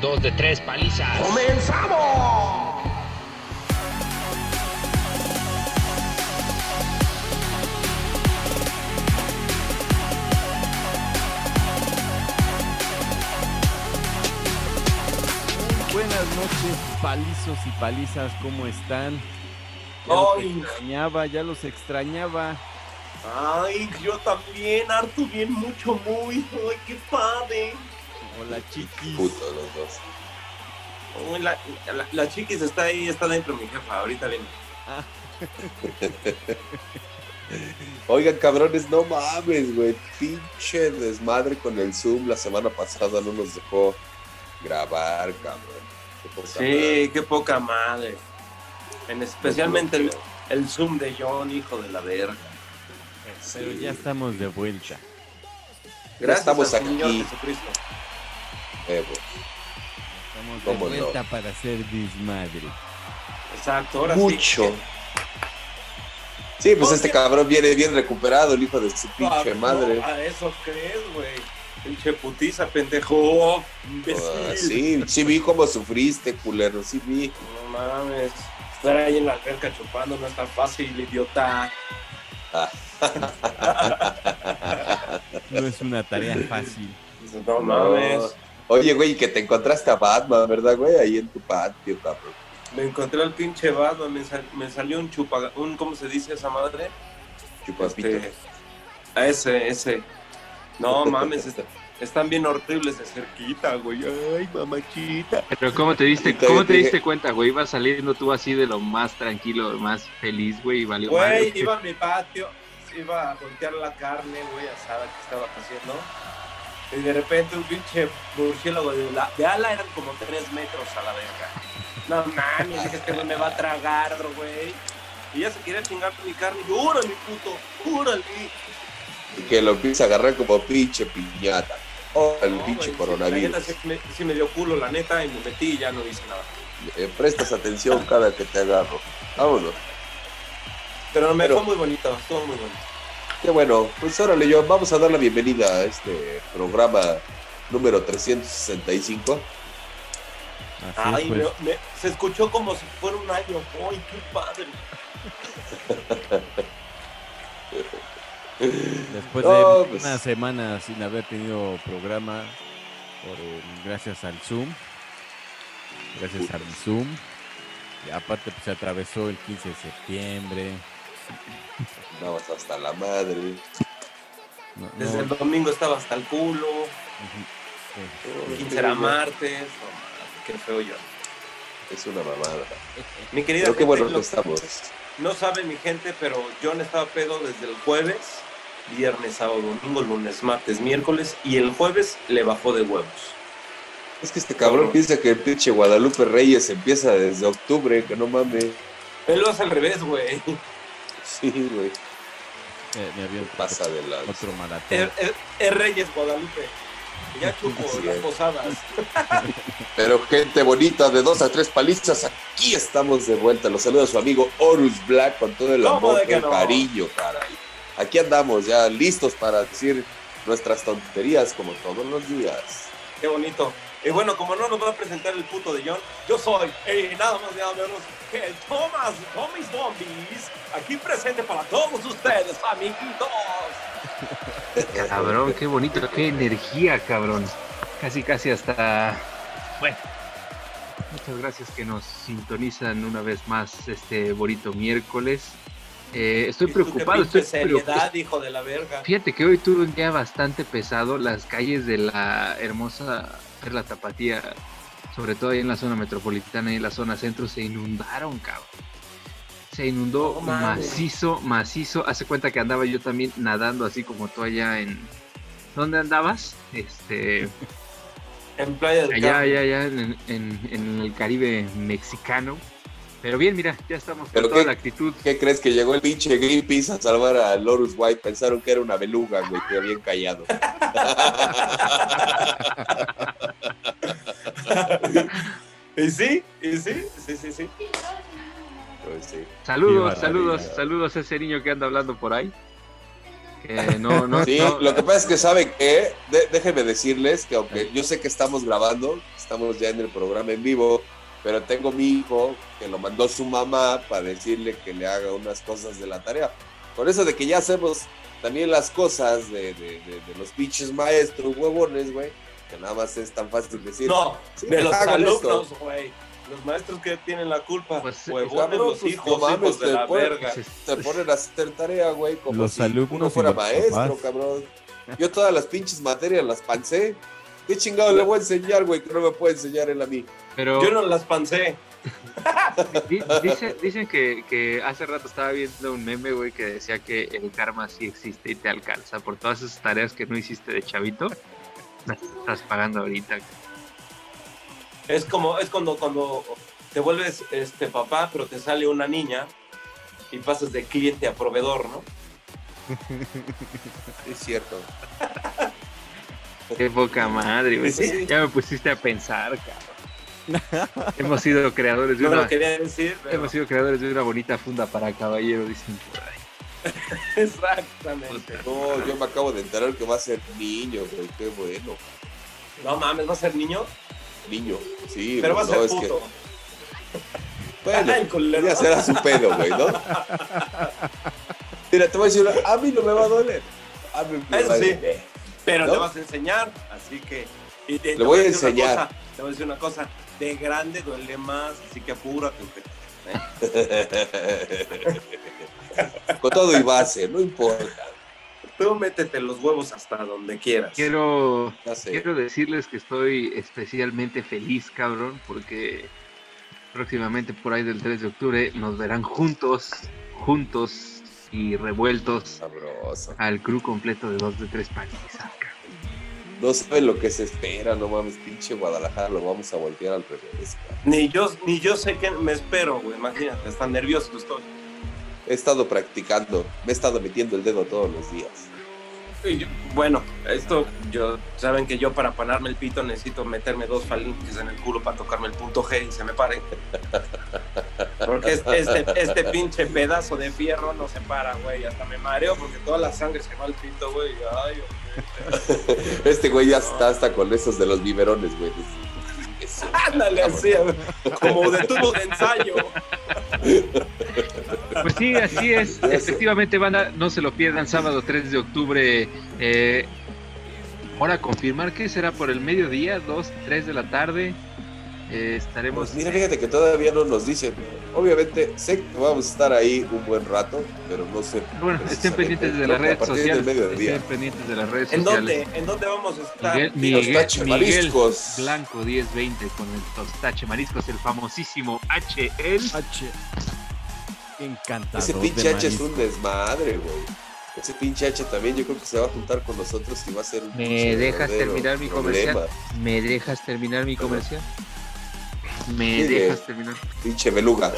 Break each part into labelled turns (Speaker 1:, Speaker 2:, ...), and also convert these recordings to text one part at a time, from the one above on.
Speaker 1: dos de tres palizas.
Speaker 2: ¡Comenzamos!
Speaker 3: Buenas noches, palizos y palizas, ¿cómo están? Ya los
Speaker 2: Ay.
Speaker 3: extrañaba, ya los extrañaba.
Speaker 2: Ay, yo también, harto bien, mucho, muy. Ay, qué padre.
Speaker 3: Hola, chiquis.
Speaker 4: Putos los dos.
Speaker 2: Ay, la, la, la chiquis está ahí, está dentro mi jefa, ahorita viene.
Speaker 4: Oigan, cabrones, no mames, güey. Pinche desmadre con el Zoom la semana pasada no nos dejó grabar, cabrón. Qué poca madre.
Speaker 2: Sí, qué poca madre. En especialmente el, el Zoom de John, hijo de la verga.
Speaker 3: Pero
Speaker 2: Sí.
Speaker 3: ya estamos de vuelta.
Speaker 2: Gracias
Speaker 4: estamos
Speaker 2: al Señor
Speaker 4: aquí.
Speaker 2: Jesucristo.
Speaker 4: Huevo.
Speaker 3: Estamos de
Speaker 4: ¿Cómo no?
Speaker 3: vuelta para hacer desmadre.
Speaker 2: Exacto, ahora
Speaker 4: Mucho.
Speaker 2: sí.
Speaker 4: Sí, pues este cabrón viene bien recuperado, el hijo de su pinche
Speaker 2: Ah,
Speaker 4: madre.
Speaker 2: no, A eso crees, güey. Pinche putiza, pendejo. Imbécil.
Speaker 4: Ah, sí, sí vi cómo sufriste, culero. Sí vi.
Speaker 2: No mames. Estar ahí en la alberca chupando no es tan fácil, idiota.
Speaker 3: No es una tarea fácil.
Speaker 2: No mames.
Speaker 4: Oye, güey, que te encontraste a Batman, ¿verdad, güey? Ahí en tu patio, cabrón.
Speaker 2: Me encontré al pinche Batman, me, sal- me salió un chupa, un, ¿cómo se dice esa madre?
Speaker 4: Chupapito.
Speaker 2: Este, a ese, ese. No mames, est- están bien horribles de cerquita, güey. Ay, mamachita.
Speaker 5: Pero ¿cómo te diste,
Speaker 4: Ahorita
Speaker 5: cómo
Speaker 4: yo
Speaker 5: te
Speaker 4: dije-
Speaker 5: diste cuenta, güey? Ibas saliendo tú así de lo más tranquilo, lo más feliz, güey, y valió
Speaker 2: Güey,
Speaker 5: madre.
Speaker 2: iba a mi patio, iba a voltear la carne, güey, asada que estaba haciendo. Y de repente un pinche murciélago de, la- de ala eran como tres metros a la verga. No mames, dije, este güey me va a tragar, güey. Y ya se quería chingar mi carne. Y yo, órale, puto, órale.
Speaker 4: Y que lo empieza a agarrar como pinche piñata. Oh, el
Speaker 2: No,
Speaker 4: pinche
Speaker 2: güey,
Speaker 4: coronavirus.
Speaker 2: La neta sí me, sí me dio culo, la neta, y me metí y ya no hice nada.
Speaker 4: Eh, prestas atención cada que te agarro. Vámonos.
Speaker 2: Pero me
Speaker 4: Pero-
Speaker 2: fue muy bonito, estuvo muy bonito.
Speaker 4: Qué bueno. Pues órale, yo vamos a dar la bienvenida a este programa número 365.
Speaker 3: Así
Speaker 2: Ay,
Speaker 3: pues,
Speaker 2: me- me- se escuchó como si fuera un año. Ay, qué padre.
Speaker 3: después
Speaker 4: No,
Speaker 3: de
Speaker 4: pues.
Speaker 3: una semana sin haber tenido programa, por, eh, gracias al Zoom, gracias al Zoom, y aparte pues, se atravesó el 15 de septiembre.
Speaker 4: Vamos hasta la madre.
Speaker 3: No-
Speaker 2: Desde
Speaker 3: no-
Speaker 2: el domingo estaba hasta el culo.
Speaker 3: Ujú. Eh,
Speaker 4: Oh,
Speaker 2: Quince era martes. no mames, Qué feo yo.
Speaker 4: Es una mamada.
Speaker 2: Mi querida
Speaker 4: Pero qué
Speaker 2: gente,
Speaker 4: bueno que
Speaker 2: lo-
Speaker 4: estamos.
Speaker 2: no sabe mi gente, pero John estaba pedo desde el jueves, viernes, sábado, domingo, lunes, martes, miércoles y el jueves le bajó de huevos.
Speaker 4: Es que este cabrón piensa que el pinche Guadalupe Reyes empieza desde octubre, que no mames.
Speaker 2: Él lo hace al revés, güey.
Speaker 4: Sí, güey.
Speaker 3: me había
Speaker 4: Pasa de la.
Speaker 3: otro maratón.
Speaker 4: Eh,
Speaker 2: Es- Es es Reyes Guadalupe. Ya chupo
Speaker 4: Así
Speaker 2: las
Speaker 4: es.
Speaker 2: posadas.
Speaker 4: Pero gente bonita, de dos a tres palizas, aquí estamos de vuelta. Los saluda su amigo Horus Black con todo el
Speaker 2: ¿Cómo
Speaker 4: amor
Speaker 2: de
Speaker 4: y
Speaker 2: que
Speaker 4: el
Speaker 2: no?
Speaker 4: cariño, caray. Aquí andamos ya listos para decir nuestras tonterías como todos los días.
Speaker 2: Qué bonito. Y bueno, como no nos va a presentar el puto de John, yo soy, eh, nada más y nada menos que el Thomas Tommy's Zombies, aquí presente para todos ustedes, amiguitos.
Speaker 5: Cabrón, qué bonito, qué energía, cabrón. Casi, casi hasta... Bueno, muchas gracias que nos sintonizan una vez más este bonito miércoles. Eh, estoy
Speaker 2: Y tú, qué
Speaker 5: preocupado,
Speaker 2: pinche
Speaker 5: estoy
Speaker 2: seriedad, hijo de la verga.
Speaker 5: Fíjate que hoy tuve un día bastante pesado. Las calles de la hermosa Perla Tapatía, sobre todo ahí en la zona metropolitana y en la zona centro, se inundaron, cabrón. Se inundó
Speaker 2: No mames.
Speaker 5: macizo, macizo. Hace cuenta que andaba yo también nadando así como tú allá en... ¿Dónde andabas? Este,
Speaker 2: En Playa del
Speaker 5: allá,
Speaker 2: Carmen.
Speaker 5: allá, allá en, en- en el Caribe mexicano. Pero bien, mira, ya estamos con
Speaker 4: ¿Pero
Speaker 5: toda
Speaker 4: qué?
Speaker 5: la actitud.
Speaker 4: ¿Qué crees que llegó el pinche Greenpeace a salvar a Horus White? Pensaron que era una beluga, güey, que habían callado.
Speaker 2: ¿Y sí? ¿Y sí? Sí, sí, sí.
Speaker 4: Pues sí.
Speaker 3: Qué
Speaker 5: Saludos,
Speaker 3: maravilla.
Speaker 5: saludos, saludos a ese niño que anda hablando por ahí. Que no, no,
Speaker 4: Sí,
Speaker 5: no-
Speaker 4: lo que pasa es que sabe que, déjenme decirles que aunque yo sé que estamos grabando, estamos ya en el programa en vivo, pero tengo mi hijo que lo mandó su mamá para decirle que le haga unas cosas de la tarea. Por eso de que ya hacemos también las cosas de, de- de- de los pinches maestros huevones, güey, que nada más es tan fácil decir.
Speaker 2: No,
Speaker 4: sí,
Speaker 2: de los
Speaker 4: hagan esto.
Speaker 2: alumnos, güey. Los maestros que tienen la culpa.
Speaker 5: Pues,
Speaker 2: Huevones,
Speaker 4: cabrón,
Speaker 2: los
Speaker 4: pues,
Speaker 2: hijos,
Speaker 4: no mames,
Speaker 2: hijos de
Speaker 4: te
Speaker 2: la
Speaker 4: ponen-
Speaker 2: verga.
Speaker 5: se-
Speaker 4: te ponen a hacer tarea, güey, como
Speaker 3: Los
Speaker 4: si
Speaker 3: alumnos
Speaker 4: uno
Speaker 3: y
Speaker 4: fuera
Speaker 3: los
Speaker 4: maestro,
Speaker 3: papás.
Speaker 4: cabrón. Yo todas las pinches materias las pancé. ¿Qué chingado le voy a enseñar, güey, que no me puede enseñar él a mí?
Speaker 5: Pero
Speaker 2: Yo no las pancé.
Speaker 5: di- dice- dicen que, que hace rato estaba viendo un meme, güey, que decía que el karma sí existe y te alcanza por todas esas tareas que no hiciste de chavito. Las estás pagando ahorita.
Speaker 2: Es como, es cuando, cuando te vuelves este papá, pero te sale una niña y pasas de cliente a proveedor, ¿no?
Speaker 4: Es cierto.
Speaker 5: Qué poca madre, güey.
Speaker 2: Sí.
Speaker 5: Ya me pusiste a pensar, cabrón. Hemos sido creadores de
Speaker 2: No
Speaker 5: una.
Speaker 2: lo quería decir, pero
Speaker 5: Hemos sido creadores de una bonita funda para caballero, dicen.
Speaker 2: exactamente.
Speaker 4: No, yo me acabo de enterar que va a ser niño, güey, qué bueno.
Speaker 2: No mames, va a ser niño,
Speaker 4: Niño, sí,
Speaker 2: pero va
Speaker 4: güey,
Speaker 2: a ser
Speaker 4: no, es
Speaker 2: puto.
Speaker 4: que. Bueno,
Speaker 2: El culero.
Speaker 4: ya será su pedo, güey, ¿no? Mira, te voy a decir, a mí no me va a doler. A mí me
Speaker 2: Eso
Speaker 4: va a
Speaker 2: sí,
Speaker 4: doler.
Speaker 2: pero
Speaker 4: ¿No?
Speaker 2: le vas a enseñar, así que... y te- te
Speaker 4: Le voy a
Speaker 2: decir una
Speaker 4: enseñar.
Speaker 2: cosa, te voy a decir una cosa, de grande duele más, así que apúrate. güey.
Speaker 4: Con todo y base, no importa.
Speaker 2: Tú métete los huevos hasta donde quieras.
Speaker 5: Quiero
Speaker 4: Ya sé.
Speaker 5: Quiero decirles que estoy especialmente feliz, cabrón, porque próximamente por ahí del 3 de octubre nos verán juntos, juntos y revueltos
Speaker 4: Sabroso.
Speaker 5: al crew completo de 2 de 3 palizas.
Speaker 4: No saben lo que se espera, no mames, pinche Guadalajara, lo vamos a voltear al revés. cabrón.
Speaker 2: Ni yo, ni yo sé que me espero, güey. Imagínate, está nervioso estoy.
Speaker 4: He estado practicando, me he estado metiendo el dedo todos los días.
Speaker 2: Y yo- Bueno, esto, yo, saben que yo para panarme el pito necesito meterme dos falinges en el culo para tocarme el punto G y se me pare. Porque es- este, este pinche pedazo de fierro no se para, güey. Hasta me mareo porque toda la sangre se va al pito, güey. Ay, hombre.
Speaker 4: Este güey ya está hasta con esos de los biberones, güey. Eso.
Speaker 2: Ándale así, como de tubo de ensayo.
Speaker 5: Pues sí, así es. Efectivamente, banda, no se lo pierdan, sábado 3 de octubre. eh, ahora confirmar que será por el mediodía, 2, 3 de la tarde. Eh, estaremos...
Speaker 4: Pues mira, fíjate que todavía no nos dicen. Obviamente, sé que vamos a estar ahí un buen rato, pero no sé.
Speaker 5: Bueno, estén pendientes de
Speaker 4: Creo
Speaker 5: las
Speaker 4: que pues, a
Speaker 5: redes
Speaker 4: partir del
Speaker 5: sociales.
Speaker 4: mediodía.
Speaker 5: Estén pendientes de las redes
Speaker 2: ¿En
Speaker 5: sociales.
Speaker 2: dónde? ¿En dónde vamos a estar?
Speaker 5: Miguel,
Speaker 4: Los
Speaker 5: Miguel,
Speaker 4: taches
Speaker 5: Miguel
Speaker 4: mariscos.
Speaker 5: Blanco 1020 con el tostache mariscos, el famosísimo HL.
Speaker 3: H. Qué encantador.
Speaker 4: Ese
Speaker 3: de
Speaker 4: pinche H es
Speaker 3: marisco.
Speaker 4: un desmadre, güey. Ese pinche H también yo creo que se va a juntar con nosotros y va a ser un
Speaker 5: ¿Me
Speaker 4: pinche
Speaker 5: dejas
Speaker 4: verdadero
Speaker 5: terminar mi comercial? ¿Me dejas terminar mi comercial? ¿Me
Speaker 4: Sigue.
Speaker 5: dejas terminar?
Speaker 4: Pinche beluga.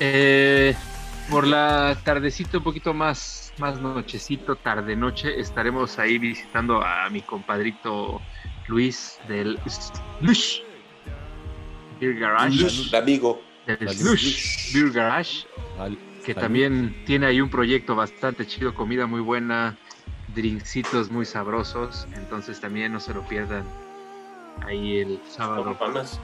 Speaker 5: Eh, por la tardecita, un poquito más, más nochecito, tarde noche, estaremos ahí visitando a mi compadrito Luis del Slush Beer Garage.
Speaker 4: El amigo.
Speaker 5: Del Slush Beer Garage.
Speaker 3: Al-
Speaker 5: que
Speaker 3: Salud.
Speaker 5: también tiene ahí un proyecto bastante chido, comida muy buena, drinksitos muy sabrosos, entonces también no se lo pierdan ahí el sábado.
Speaker 2: No mames,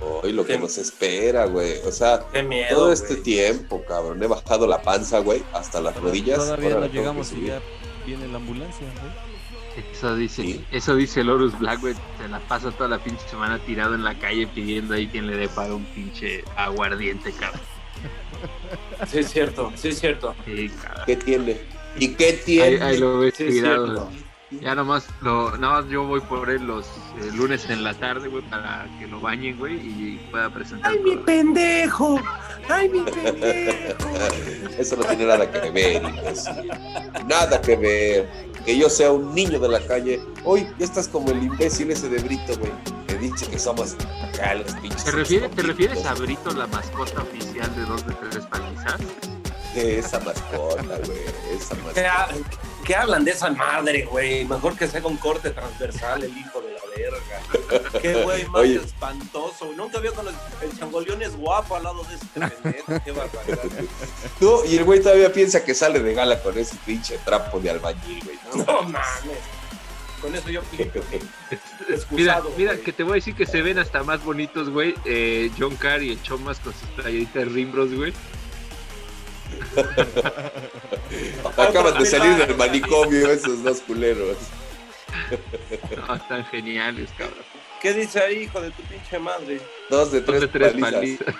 Speaker 4: Hoy lo que nos espera, güey. O sea,
Speaker 2: Qué miedo.
Speaker 4: todo este
Speaker 2: güey.
Speaker 4: tiempo, cabrón. He bajado la panza, güey, hasta las rodillas.
Speaker 3: Todavía
Speaker 4: Ahora
Speaker 3: no
Speaker 4: la tengo
Speaker 3: llegamos
Speaker 4: que
Speaker 3: y
Speaker 4: subir.
Speaker 3: ya viene la ambulancia, güey.
Speaker 5: Eso dice,
Speaker 4: Sí.
Speaker 5: eso dice el Horus Black, güey, se la pasa toda la pinche semana tirado en la calle pidiendo ahí quien le dé para un pinche aguardiente, cabrón.
Speaker 2: Sí, es cierto, sí, es cierto.
Speaker 5: Sí, cabrón.
Speaker 4: ¿Qué tiene? ¿Y qué
Speaker 5: Ahí,
Speaker 4: tiene?
Speaker 5: ahí lo ves
Speaker 2: Sí, es
Speaker 5: tirado.
Speaker 2: cierto.
Speaker 5: Ya nomás, lo, nada más yo voy por él los eh, lunes en la tarde, güey, para que lo bañen, güey, y pueda presentar. el programa.
Speaker 2: pendejo! ¡Ay, mi pendejo!
Speaker 4: Eso no tiene nada que ver, imbécil. Nada que ver. Que yo sea un niño de la calle. Hoy ya estás como el imbécil ese de Brito, güey. Que dice que somos acá los pinches.
Speaker 5: ¿Te, refiere- ¿Te
Speaker 4: escondidos
Speaker 5: refieres a Brito, la mascota oficial de 2 de 3 palizas?
Speaker 4: De esa mascota, güey. Esa
Speaker 2: ¿Qué,
Speaker 4: mascota.
Speaker 2: ha- qué hablan de esa madre, güey? Mejor que se haga un corte transversal el hijo de la verga. Qué güey más
Speaker 4: Oye.
Speaker 2: espantoso. Nunca había con el changoleón es guapo al lado de este pendejo. Qué barbaridad.
Speaker 4: No, y el güey todavía piensa que sale de gala con ese pinche trapo de albañil, güey. No,
Speaker 2: No mames. Con eso yo pinto.
Speaker 5: Mira,
Speaker 2: Excusado,
Speaker 5: mira
Speaker 2: güey.
Speaker 5: que te voy a decir que se ven hasta más bonitos, güey. eh, John Carr y el Chomas con sus playeritas Rimbros, güey.
Speaker 4: Acaban de salir del manicomio esos dos culeros.
Speaker 5: No, están geniales, cabrón.
Speaker 2: ¿Qué dice ahí, hijo de tu pinche madre?
Speaker 4: Dos de
Speaker 5: Son
Speaker 4: tres,
Speaker 5: de tres
Speaker 4: palizas.
Speaker 5: palizas.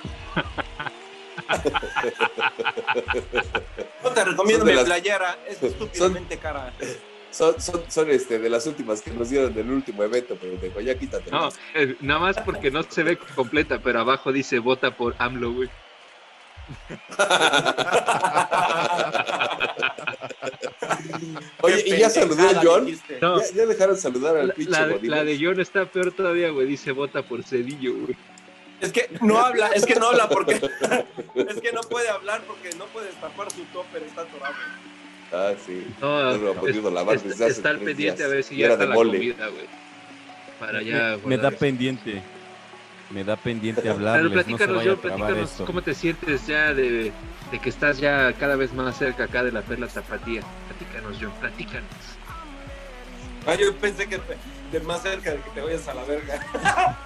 Speaker 2: No te recomiendo
Speaker 4: Son de
Speaker 2: mi
Speaker 4: las-
Speaker 2: playera. Es estúpidamente cara.
Speaker 4: Son, son, son, este, de las últimas que nos dieron del último evento, pero dijo, ya quítate.
Speaker 5: No, eh, nada más porque no se ve completa, pero abajo dice vota por AMLO, güey.
Speaker 4: Oye,
Speaker 2: Qué
Speaker 4: y ya saludó el
Speaker 2: pendejada
Speaker 4: John.
Speaker 2: dijiste.
Speaker 5: No,
Speaker 4: Ya, ya dejaron saludar al
Speaker 5: la,
Speaker 4: pinche
Speaker 5: la de-
Speaker 4: Godínez.
Speaker 5: la de John está peor todavía, güey. Dice vota por Cedillo, güey.
Speaker 2: Es que no habla, es que no habla porque. es que no puede hablar porque no puede destapar su topper, está atorado.
Speaker 4: Ah, sí.
Speaker 5: No,
Speaker 4: No pues, lo ha
Speaker 5: es-
Speaker 4: podido lavar desde
Speaker 5: está,
Speaker 4: hace
Speaker 5: está al
Speaker 4: tres
Speaker 5: pendiente
Speaker 4: días.
Speaker 5: a ver si
Speaker 4: Y
Speaker 5: ya
Speaker 4: era
Speaker 5: está
Speaker 4: de
Speaker 5: la
Speaker 4: mole.
Speaker 5: comida, güey. Para
Speaker 3: Me-
Speaker 5: ya.
Speaker 3: me, da
Speaker 5: guardar.
Speaker 3: pendiente. Me da pendiente
Speaker 5: Pero
Speaker 3: hablarles. No se
Speaker 5: platícanos,
Speaker 3: vaya
Speaker 5: John,
Speaker 3: a trabar
Speaker 5: platícanos
Speaker 3: esto.
Speaker 5: cómo te sientes ya de, de que estás ya cada vez más cerca acá de la perla zapatía. Platícanos, John, platícanos.
Speaker 2: Ah, yo pensé que te- de más cerca de que te vayas a la verga.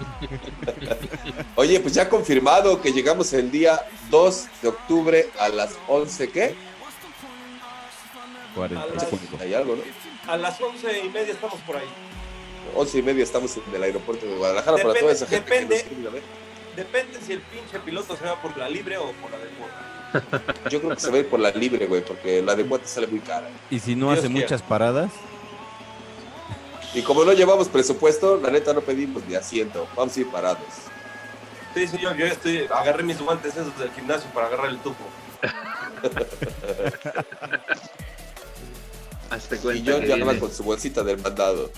Speaker 4: Oye, pues ya confirmado que llegamos el día 2 de octubre a las 11, ¿qué?
Speaker 3: 45.
Speaker 4: Hay algo, ¿no?
Speaker 2: A las once y media estamos por ahí.
Speaker 4: 11 y media estamos en el aeropuerto de Guadalajara para
Speaker 2: Depende-
Speaker 4: toda esa gente
Speaker 2: depende.
Speaker 4: que nos quiere ir a ver.
Speaker 2: Depende si el pinche piloto se va por la libre o por la de fuera.
Speaker 4: Yo creo que se va a ir por la libre, güey, porque la de Guate sale muy cara.
Speaker 3: Y si no
Speaker 2: Dios
Speaker 3: hace
Speaker 2: quiera.
Speaker 3: muchas paradas,
Speaker 4: Y como no llevamos presupuesto, la neta no pedimos ni asiento. Vamos a ir parados.
Speaker 2: Sí, señor, yo estoy. Agarré mis guantes esos del gimnasio para agarrar el tubo.
Speaker 5: Hazte
Speaker 4: Y
Speaker 5: cuenta.
Speaker 4: John
Speaker 5: que
Speaker 4: ya va
Speaker 5: viene.
Speaker 4: con su bolsita del mandado.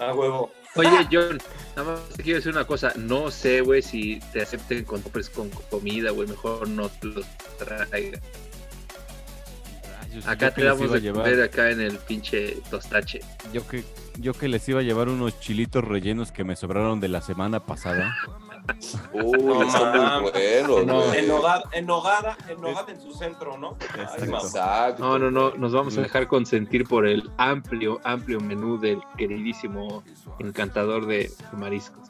Speaker 2: A huevo.
Speaker 5: Oye, John, nada más te quiero decir una cosa. No sé, güey, si te acepten con, pues, con comida, güey. Mejor no te los traigas.
Speaker 3: yo- yo
Speaker 5: Acá
Speaker 3: que
Speaker 5: te
Speaker 3: les
Speaker 5: damos
Speaker 3: iba a
Speaker 5: de
Speaker 3: llevar-
Speaker 5: comer acá en el pinche tostache.
Speaker 3: Yo que, yo que les iba a llevar unos chilitos rellenos que me sobraron de la semana pasada.
Speaker 4: Uy,
Speaker 2: No
Speaker 4: son muy
Speaker 2: mames.
Speaker 4: buenos,
Speaker 3: No.
Speaker 4: güey.
Speaker 2: En Nogada, en Nogada, en Nogada en su centro, ¿no? Ay, mamá.
Speaker 4: Exacto.
Speaker 5: No, no, no. Nos vamos a
Speaker 3: Mm.
Speaker 5: dejar consentir por el amplio, amplio menú del queridísimo encantador de mariscos.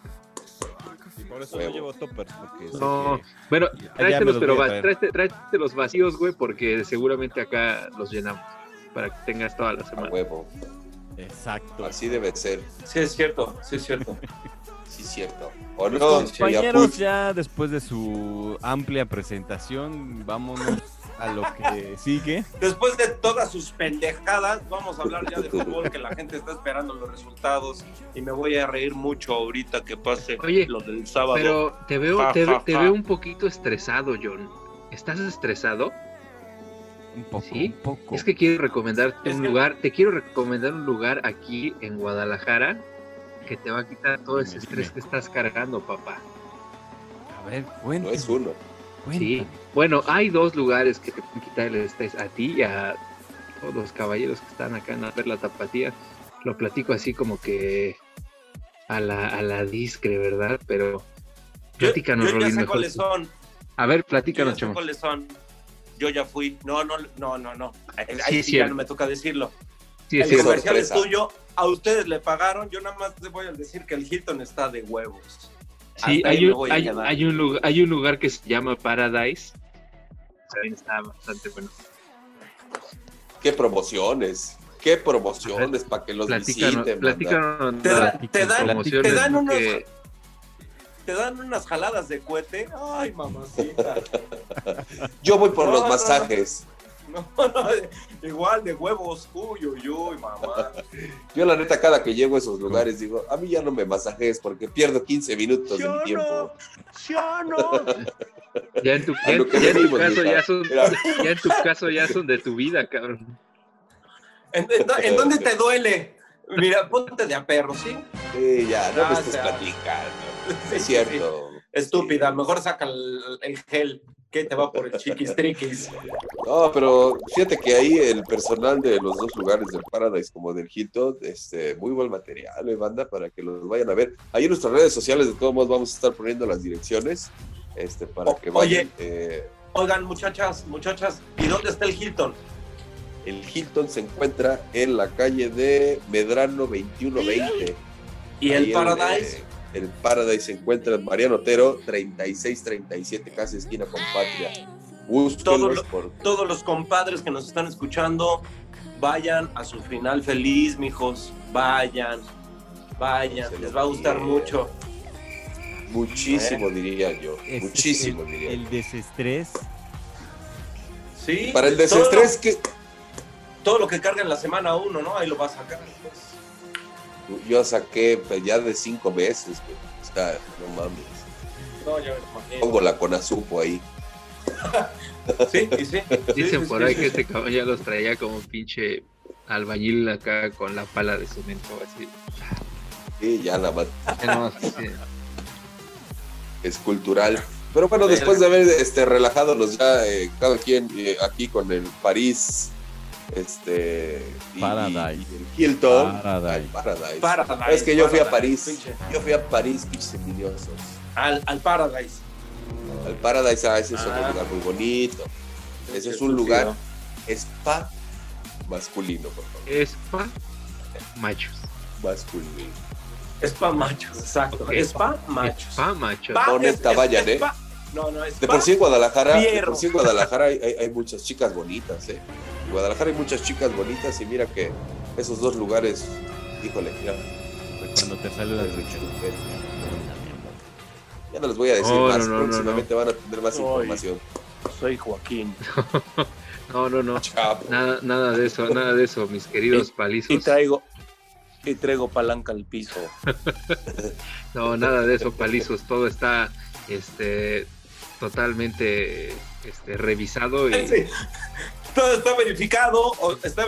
Speaker 3: Y por
Speaker 4: no Huevo. llevo
Speaker 3: toppers. Porque
Speaker 5: No, bueno,
Speaker 3: me
Speaker 5: tráetelos,
Speaker 3: los
Speaker 5: pero
Speaker 3: voy a
Speaker 5: va-
Speaker 3: traer.
Speaker 5: tráete, tráete los vacíos, güey, porque seguramente acá los llenamos para que tengas toda la
Speaker 4: A
Speaker 5: semana.
Speaker 4: huevo.
Speaker 3: Exacto.
Speaker 4: Así debe ser.
Speaker 2: Sí, es cierto, sí, es cierto.
Speaker 4: Sí, cierto. O
Speaker 3: Pues,
Speaker 4: no,
Speaker 3: compañeros,
Speaker 4: Yapuch?
Speaker 3: ya después de su amplia presentación, vámonos a lo que sigue.
Speaker 2: Después de todas sus pendejadas, vamos a hablar ya de fútbol, que la gente está esperando los resultados y me voy a reír mucho ahorita que pase
Speaker 5: Oye,
Speaker 2: lo del sábado.
Speaker 5: Pero te veo,
Speaker 2: Ja,
Speaker 5: te, ve-
Speaker 2: ja,
Speaker 5: te
Speaker 2: ja.
Speaker 5: veo un poquito estresado, John. ¿Estás estresado?
Speaker 3: Un poco,
Speaker 5: ¿Sí?
Speaker 3: un poco.
Speaker 5: Es que quiero recomendarte
Speaker 2: Es
Speaker 5: un
Speaker 2: que-
Speaker 5: lugar, te quiero recomendar un lugar aquí en Guadalajara que te va a quitar todo ese
Speaker 3: Dime,
Speaker 5: estrés
Speaker 3: dime.
Speaker 5: que estás cargando, papá.
Speaker 3: A ver,
Speaker 4: No
Speaker 3: cuéntame.
Speaker 4: es uno.
Speaker 5: Sí.
Speaker 3: cuéntame.
Speaker 5: Bueno, hay dos lugares que te pueden quitar el estrés a ti y a todos los caballeros que están acá en la Perla Tapatía. Lo platico así como que a la, a la discre, ¿verdad? Pero
Speaker 2: yo,
Speaker 5: platícanos,
Speaker 2: yo ya
Speaker 5: Rolín,
Speaker 2: sé
Speaker 5: mejor
Speaker 2: cuáles
Speaker 5: tú.
Speaker 2: son.
Speaker 5: A ver,
Speaker 2: Yo ya
Speaker 5: platícanos,
Speaker 2: sé
Speaker 5: Chamo.
Speaker 2: cuáles son. Yo ya fui. No, no, no, no, no. Ahí
Speaker 5: Sí,
Speaker 2: sí,
Speaker 5: es
Speaker 2: ya
Speaker 5: cierto.
Speaker 2: no me toca decirlo.
Speaker 5: Sí, es
Speaker 2: el
Speaker 5: cierto.
Speaker 2: comercial es
Speaker 4: Sorpresa.
Speaker 2: tuyo. A ustedes le pagaron. Yo nada más les voy a decir que el Hilton está de huevos.
Speaker 5: Sí,
Speaker 2: Hasta ahí
Speaker 5: hay
Speaker 2: me
Speaker 5: un,
Speaker 2: voy a
Speaker 5: hay,
Speaker 2: quedar.
Speaker 5: hay un lugar, hay un lugar que se llama Paradise. También está bastante bueno.
Speaker 4: Qué promociones. Qué promociones para que los
Speaker 5: Platícanos,
Speaker 4: visiten. banda.
Speaker 5: platícanos
Speaker 2: Te,
Speaker 5: las
Speaker 2: da- te dan,
Speaker 3: Platícanos.
Speaker 5: promociones,
Speaker 2: te dan
Speaker 5: ¿no?
Speaker 2: unos-
Speaker 5: que-
Speaker 2: te dan unas jaladas de cohete. Ay, mamacita.
Speaker 4: Yo voy por
Speaker 2: No,
Speaker 4: los
Speaker 2: no, no.
Speaker 4: masajes.
Speaker 2: No, no, igual de huevos, uy, uy, uy, mamá.
Speaker 4: Yo la neta cada que llego a esos lugares digo, a mí ya no me masajes porque pierdo 15 minutos de mi tiempo.
Speaker 2: yo no.
Speaker 5: ya en tu,
Speaker 4: A
Speaker 5: ya-
Speaker 4: lo que
Speaker 5: ya en tu
Speaker 4: venimos,
Speaker 5: caso
Speaker 4: mija.
Speaker 5: ya son,
Speaker 4: Mira.
Speaker 5: ya en tu caso ya son de tu vida, cabrón.
Speaker 2: ¿En, en, en dónde te duele? Mira, ponte de a perro, ¿sí?
Speaker 4: Sí, ya, no me estés
Speaker 2: Gracias.
Speaker 4: platicando.
Speaker 2: Ah, Sí,
Speaker 4: Es
Speaker 2: sí, sí.
Speaker 4: cierto.
Speaker 2: Estúpida, mejor saca el, el gel que te va por el chiquis triquis.
Speaker 4: No, pero fíjate que ahí el personal de los dos lugares del Paradise como del Hilton, este, muy buen material, eh, banda, para que los vayan a ver. Ahí en nuestras redes sociales, de todos modos, vamos a estar poniendo las direcciones, este, para
Speaker 2: O-
Speaker 4: que
Speaker 2: oye.
Speaker 4: vayan. eh,
Speaker 2: Oigan, muchachas, muchachas, ¿y dónde está el Hilton?
Speaker 4: el Hilton se encuentra en la calle de Medrano 2120.
Speaker 2: ¿Y
Speaker 4: Ahí
Speaker 2: el Paradise?
Speaker 4: eh, el Paradise se encuentra en Mariano Otero, 3637, casi esquina con Patria. Búsquenlos
Speaker 2: Todo lo-
Speaker 4: por
Speaker 2: Todos los compadres que nos están escuchando, vayan a su final feliz, mijos. Vayan, vayan,
Speaker 4: Se
Speaker 2: les
Speaker 4: lo
Speaker 2: va a gustar
Speaker 4: quiero.
Speaker 2: mucho.
Speaker 4: muchísimo, diría yo.
Speaker 3: Este es
Speaker 4: muchísimo,
Speaker 3: el-
Speaker 4: diría yo.
Speaker 3: El desestrés.
Speaker 2: Sí.
Speaker 4: Para el
Speaker 2: todo-
Speaker 4: desestrés que
Speaker 2: Todo lo que carga en la semana uno, ¿no? Ahí lo va a sacar. pues.
Speaker 4: yo saqué pues, ya de cinco meses, güey. O sea, no mames.
Speaker 2: No, ya me imagino.
Speaker 4: Pongo la conazupo ahí.
Speaker 2: Sí, y sí. Sí,
Speaker 5: Dicen
Speaker 2: sí,
Speaker 5: por
Speaker 2: sí,
Speaker 5: ahí
Speaker 2: sí,
Speaker 5: que
Speaker 2: sí.
Speaker 5: este cabrón ya los traía como pinche albañil acá con la pala de cemento. Así.
Speaker 4: Y ya la más
Speaker 5: Ya no, así se-
Speaker 4: es cultural. Pero bueno, después de haber este, relajándonos ya eh, cada quien eh, aquí con el París, este y-
Speaker 3: Paradise.
Speaker 4: y el Hilton,
Speaker 3: Paradise.
Speaker 4: el Paradise.
Speaker 2: Paradise,
Speaker 4: es que yo fui a
Speaker 2: Paradise,
Speaker 4: París,
Speaker 2: pinche.
Speaker 4: yo fui a París, pinches envidiosos.
Speaker 2: Al, al Paradise.
Speaker 4: Al Paradise, ah, ese es
Speaker 2: Ah.
Speaker 4: un lugar muy bonito. Ese es un lugar spa masculino, por favor.
Speaker 5: es pa machos.
Speaker 4: Masculino.
Speaker 2: Es pa' machos, exacto.
Speaker 5: Ok.
Speaker 2: Es pa' machos.
Speaker 5: Es pa machos.
Speaker 2: Pa-
Speaker 4: No,
Speaker 2: es-
Speaker 4: neta,
Speaker 2: es-
Speaker 4: vayan,
Speaker 2: es
Speaker 4: ¿eh?
Speaker 2: pa- No, no, es
Speaker 4: De
Speaker 2: pa-
Speaker 4: por sí en Guadalajara, de
Speaker 2: Fierro.
Speaker 4: por sí en Guadalajara hay, hay- hay muchas chicas bonitas, ¿eh? En Guadalajara hay muchas chicas bonitas y mira que esos dos lugares, híjole, mira,
Speaker 3: Cuando te sale la rica.
Speaker 4: ya no les voy a decir
Speaker 5: Oh, No,
Speaker 4: más,
Speaker 5: no, no, no,
Speaker 4: próximamente van a tener más
Speaker 2: Ay.
Speaker 4: información.
Speaker 2: Soy Joaquín.
Speaker 5: No, no, no.
Speaker 4: Chapo.
Speaker 5: Nada, nada de eso, nada de eso, mis queridos
Speaker 2: Y
Speaker 5: palizos.
Speaker 2: traigo, y traigo palanca al piso.
Speaker 5: No, nada de eso, palizos. Todo está este totalmente este, revisado y
Speaker 2: Todo está verificado. o está-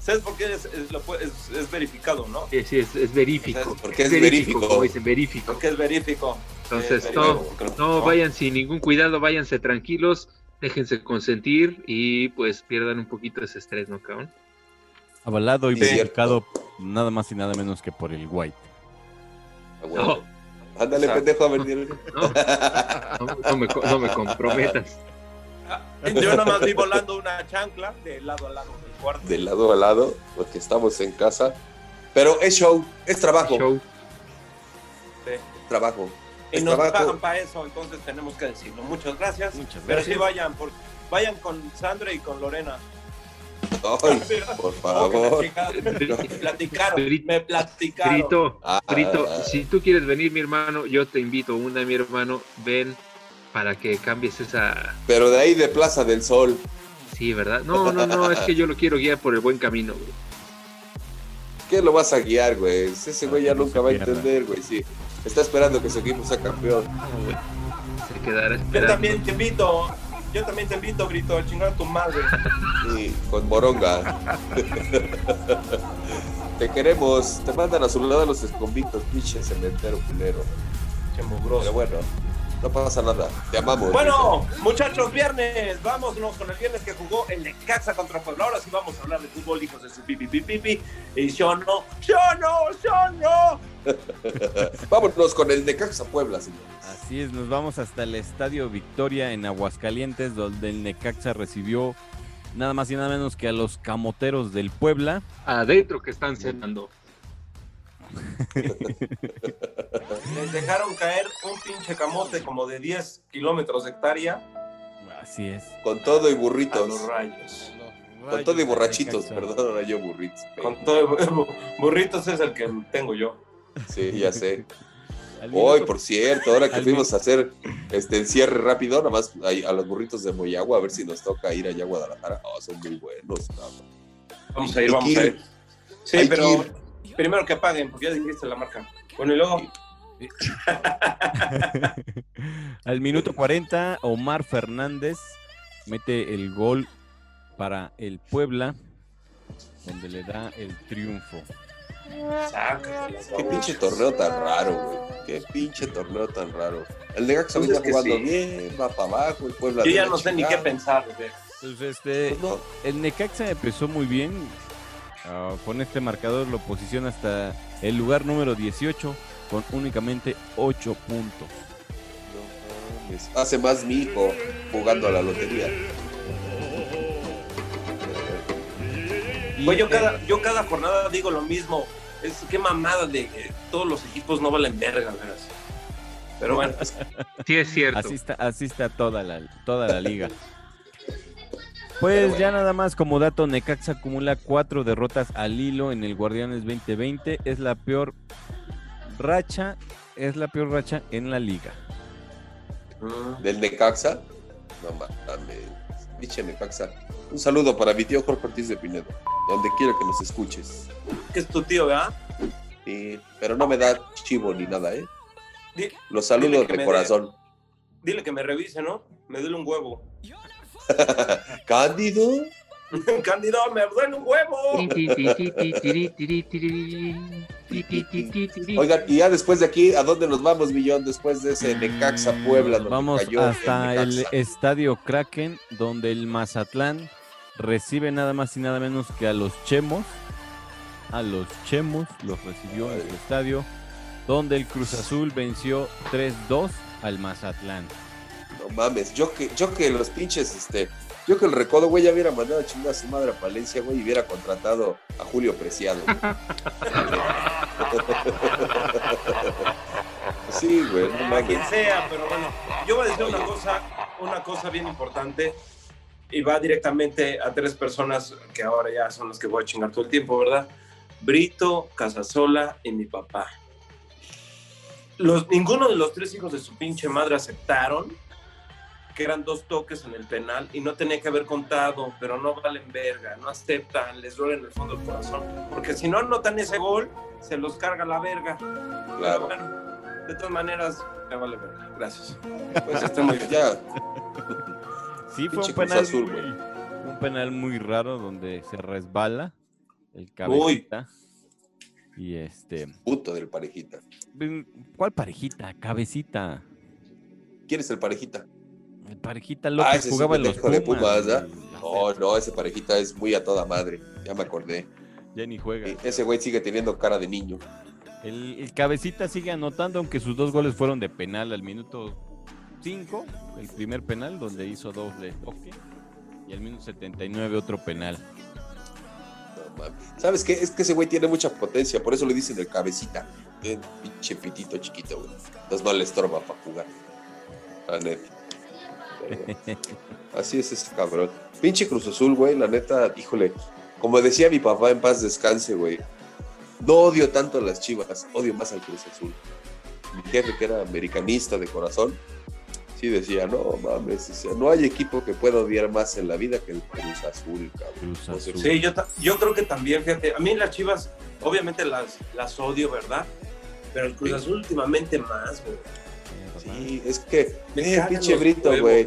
Speaker 2: ¿Sabes por qué es, es- lo puede- es- es verificado, no?
Speaker 5: sí, sí, es, es verífico.
Speaker 4: ¿Sabes por qué es verífico?
Speaker 5: Como dicen, verífico.
Speaker 2: Porque es verifico.
Speaker 5: Entonces,
Speaker 2: es
Speaker 5: no,
Speaker 4: Pero, creo-
Speaker 5: no vayan sin ningún cuidado, váyanse tranquilos, déjense consentir y pues pierdan un poquito ese estrés, ¿no, cabrón?
Speaker 3: Avalado y
Speaker 4: Sí.
Speaker 3: verificado nada más y nada menos que por el White.
Speaker 4: Ah,
Speaker 5: No,
Speaker 4: bueno. Ándale,
Speaker 2: Exacto.
Speaker 4: pendejo, a venir.
Speaker 5: no, no, no me, co- no me comprometas.
Speaker 2: Ah, Yo nada más vi volando una chancla de lado a lado del cuarto.
Speaker 4: De lado a lado, porque estamos en casa. Pero es show, es trabajo,
Speaker 5: Show.
Speaker 4: trabajo.
Speaker 2: y
Speaker 4: es
Speaker 2: nos
Speaker 4: trabajo.
Speaker 2: pagan para eso, entonces tenemos que decirlo. Muchas gracias.
Speaker 3: Muchas
Speaker 2: Pero sí vayan, por, vayan con Sandra y con Lorena. Ah,
Speaker 4: Ay, por
Speaker 2: Oh,
Speaker 4: favor.
Speaker 2: Platicaron,
Speaker 5: Grito.
Speaker 2: me platicaron.
Speaker 5: Grito,
Speaker 4: Ah.
Speaker 5: grito. Si tú quieres venir, mi hermano, yo te invito una, mi hermano, ven para que cambies esa.
Speaker 4: Pero de ahí de Plaza del Sol.
Speaker 5: Sí, ¿verdad? No, no, no, es que yo lo quiero guiar por el buen camino, güey.
Speaker 4: ¿Qué lo vas a guiar, güey? Ese güey ya
Speaker 3: Ah, que no
Speaker 4: nunca
Speaker 3: se
Speaker 4: va a
Speaker 3: pierda.
Speaker 4: entender, güey. Sí. Está esperando que su equipo sea campeón.
Speaker 5: No, güey. Se quedará
Speaker 2: Yo
Speaker 5: esperando.
Speaker 2: también te invito, yo también te invito, Grito, a chingar a tu madre.
Speaker 4: Y con Moronga. te queremos. Te mandan a su lado los esconditos, pinche cementerio culero.
Speaker 2: Che
Speaker 4: Pero
Speaker 2: mugroso.
Speaker 4: bueno, no pasa nada. Te amamos.
Speaker 2: Bueno, muchachos, viernes, vámonos con el viernes que jugó el Necaxa contra Puebla. Ahora sí vamos a hablar de fútbol, hijos de su pipi, pipi, pipi. Y yo no, yo no, yo no.
Speaker 4: Vámonos con el Necaxa Puebla, señor.
Speaker 3: Así es, nos vamos hasta el Estadio Victoria en Aguascalientes, donde el Necaxa recibió nada más y nada menos que a los camoteros del Puebla.
Speaker 5: Adentro que están cenando.
Speaker 2: Les dejaron caer un pinche camote como de 10 kilómetros de hectárea
Speaker 3: Así es.
Speaker 4: Con todo y
Speaker 2: a
Speaker 4: burritos.
Speaker 2: Ah, los rayos.
Speaker 4: Con todo y borrachitos, perdón, ahora yo burritos.
Speaker 2: Con todo, burritos es el que tengo yo.
Speaker 4: Sí, ya sé.
Speaker 3: Al
Speaker 4: Hoy,
Speaker 3: minuto-
Speaker 4: por cierto, ahora que
Speaker 3: Al
Speaker 4: fuimos a hacer este el cierre rápido, nada más ahí a los burritos de Moyagua, a ver si nos toca ir allá a Guadalajara. Oh, son muy buenos. cabrón.
Speaker 2: Vamos a ir,
Speaker 4: Hay
Speaker 2: vamos
Speaker 4: que
Speaker 2: a
Speaker 4: ir.
Speaker 2: ir. Sí,
Speaker 4: Hay que
Speaker 2: pero
Speaker 4: ir.
Speaker 2: primero que paguen, porque ya dijiste la marca. Bueno, y luego,
Speaker 3: Al minuto 40, Omar Fernández mete el gol para el Puebla, donde le da el triunfo.
Speaker 2: sácatelas,
Speaker 4: Qué
Speaker 2: vamos.
Speaker 4: pinche torneo tan raro, güey. Qué pinche torneo tan raro. El Necaxa
Speaker 2: Pues
Speaker 4: venía
Speaker 2: es que
Speaker 4: jugando
Speaker 2: sí.
Speaker 4: bien, va para abajo, el Puebla.
Speaker 2: Yo
Speaker 4: de
Speaker 2: ya
Speaker 4: la
Speaker 2: no sé ni
Speaker 4: chingada.
Speaker 2: qué pensar, güey.
Speaker 3: Pues este,
Speaker 4: Pues no.
Speaker 3: el Necaxa empezó muy bien. Ah, con este marcador lo posiciona hasta el lugar número 18 con únicamente 8 puntos.
Speaker 4: No mames. Hace más mi hijo jugando a la lotería.
Speaker 3: Y,
Speaker 2: Güey, yo
Speaker 3: eh,
Speaker 2: cada, yo cada jornada digo lo mismo. Es qué mamada de que todos los equipos no valen verga, ¿verdad? Pero bueno, pues,
Speaker 5: Sí, es cierto.
Speaker 3: Así está, así está toda la, toda la liga. Pues ya nada más como dato, Necaxa acumula cuatro derrotas al hilo en el Guardianes 2020. Es la peor racha, es la peor racha en la liga.
Speaker 2: mm,
Speaker 4: Del Necaxa. No mames. Diche Necaxa. Un saludo para mi tío Jorge Ortiz de Pinedo. Donde quiero que nos escuches.
Speaker 2: que es tu tío, ¿verdad?
Speaker 4: Y- pero no me da chivo ni nada, ¿eh?
Speaker 2: Di-
Speaker 4: Los
Speaker 2: Dile
Speaker 4: saludos
Speaker 2: que me dé.
Speaker 4: de corazón.
Speaker 2: dile que me revise, ¿no? Me duele un huevo.
Speaker 4: Cándido.
Speaker 2: Cándido, me duele un huevo.
Speaker 4: Oigan, y ya después de aquí, ¿a dónde nos vamos, Millón? Después de ese Necaxa Puebla.
Speaker 3: Mm,
Speaker 4: donde
Speaker 3: Vamos
Speaker 4: cayó
Speaker 3: hasta el
Speaker 4: Necaxa.
Speaker 3: estadio Kraken, donde el Mazatlán recibe nada más y nada menos que a los Chemos. A los Chemos los recibió en su estadio, donde el Cruz Azul venció 3-2 al Mazatlán.
Speaker 4: No mames, yo que, yo que los pinches, este, yo que el recodo, güey, ya hubiera mandado a chingar a su madre a Palencia, güey, y hubiera contratado a Julio Preciado. güey. sí, güey, no
Speaker 2: A quien
Speaker 4: mames.
Speaker 2: sea, pero bueno, yo voy a decir una cosa, una cosa bien importante y va directamente a tres personas que ahora ya son las que voy a chingar todo el tiempo, ¿verdad? Brito, Casasola y mi papá. Los, ninguno de los tres hijos de su pinche madre aceptaron que eran dos toques en el penal y no tenía que haber contado, pero no valen verga, no aceptan, les duele en el fondo del corazón, porque si no anotan ese gol, se los carga la verga.
Speaker 4: Claro,
Speaker 2: Bueno, de todas maneras, me vale verga. Gracias.
Speaker 4: pues
Speaker 2: está muy bien.
Speaker 4: Ya,
Speaker 3: Sí, fue un
Speaker 4: Pinche Cruz
Speaker 3: penal,
Speaker 4: Azul,
Speaker 3: muy,
Speaker 4: güey.
Speaker 3: un penal muy raro donde se resbala el cabecita. Y este.
Speaker 4: puto del parejita.
Speaker 3: ¿Cuál parejita? Cabecita.
Speaker 4: ¿Quién es el parejita?
Speaker 3: El parejita López
Speaker 4: Ah, ese es
Speaker 3: jugaba
Speaker 4: el
Speaker 3: en los
Speaker 4: pendejo de
Speaker 3: Pumas.
Speaker 4: Pumas, ¿verdad?
Speaker 3: güey.
Speaker 4: No, no, ese parejita es muy a toda madre, ya me acordé.
Speaker 3: Ya ni juega.
Speaker 4: E- Ese güey sigue teniendo cara de niño.
Speaker 3: El, el cabecita sigue anotando, aunque sus dos goles fueron de penal al minuto 5, el primer penal donde hizo doble toque, y al minuto 79 otro penal.
Speaker 4: No mames. ¿Sabes qué? Es que ese güey tiene mucha potencia, por eso le dicen el cabecita. Tiene un pinche pitito chiquito, güey. Entonces no le estorba para jugar. La neta. Pero bueno. Así es ese cabrón. Pinche Cruz Azul, güey, la neta, híjole. Como decía mi papá, en paz descanse, güey. No odio tanto a las chivas, odio más al Cruz Azul. Mi jefe, que era americanista de corazón, sí decía, no mames, o sea, no hay equipo que pueda odiar más en la vida que el Cruz Azul, cabrón.
Speaker 3: Cruz
Speaker 4: No sé,
Speaker 3: Azul.
Speaker 2: Sí, yo, ta- yo creo que también, fíjate, a mí las chivas, obviamente las, las odio, ¿verdad? Pero el Cruz
Speaker 4: Sí.
Speaker 2: Azul últimamente más, güey.
Speaker 4: Sí, es que
Speaker 2: Me
Speaker 4: eh,
Speaker 2: cagan
Speaker 4: pinche
Speaker 2: los
Speaker 4: Brito,
Speaker 2: huevos.
Speaker 4: güey.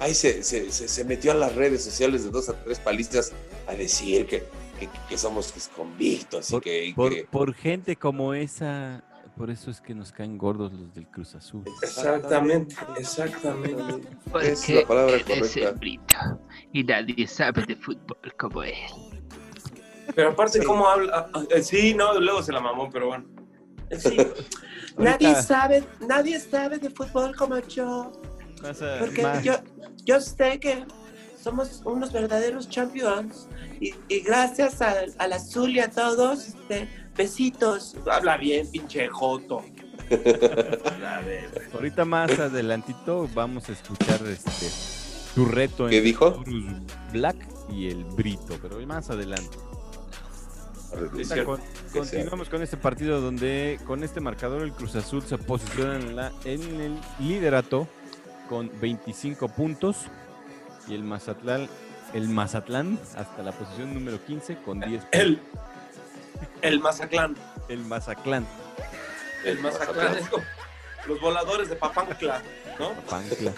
Speaker 4: Ahí se, se, se, se metió a las redes sociales de dos a tres palistas a decir que, que, que somos convictos y que, y
Speaker 3: Por,
Speaker 4: que-
Speaker 3: por gente como esa, por eso es que nos caen gordos los del Cruz Azul.
Speaker 2: Exactamente, exactamente.
Speaker 4: es la palabra correcta.
Speaker 5: Y nadie sabe de fútbol como él.
Speaker 2: Pero aparte,
Speaker 4: Sí.
Speaker 2: ¿cómo habla? Ah, eh, Sí, no, luego se la mamó, pero bueno. Eh, Sí.
Speaker 3: Nadie
Speaker 2: sabe, nadie sabe de fútbol como yo.
Speaker 3: Pasa
Speaker 2: Porque
Speaker 3: más.
Speaker 2: yo, yo sé que somos unos verdaderos champions y, y gracias a- al azul y a todos, este, besitos. Habla bien, pinche Joto. A ver.
Speaker 3: Ahorita más adelantito vamos a escuchar este tu reto
Speaker 4: ¿Qué
Speaker 3: entre
Speaker 4: dijo?
Speaker 3: Cruz Black y el Brito, pero más adelante.
Speaker 2: Es
Speaker 3: Ahorita
Speaker 2: cierto.
Speaker 3: con-
Speaker 4: que
Speaker 3: continuamos con este partido donde con este marcador el Cruz Azul se posiciona en, la- en el liderato con 25 puntos y el Mazatlán el Mazatlán hasta la posición número 15 con 10 puntos.
Speaker 2: El, el Mazaclán.
Speaker 3: El Mazatlán
Speaker 2: El Mazaclán es como los voladores de Papancla, ¿no?
Speaker 3: Pancla.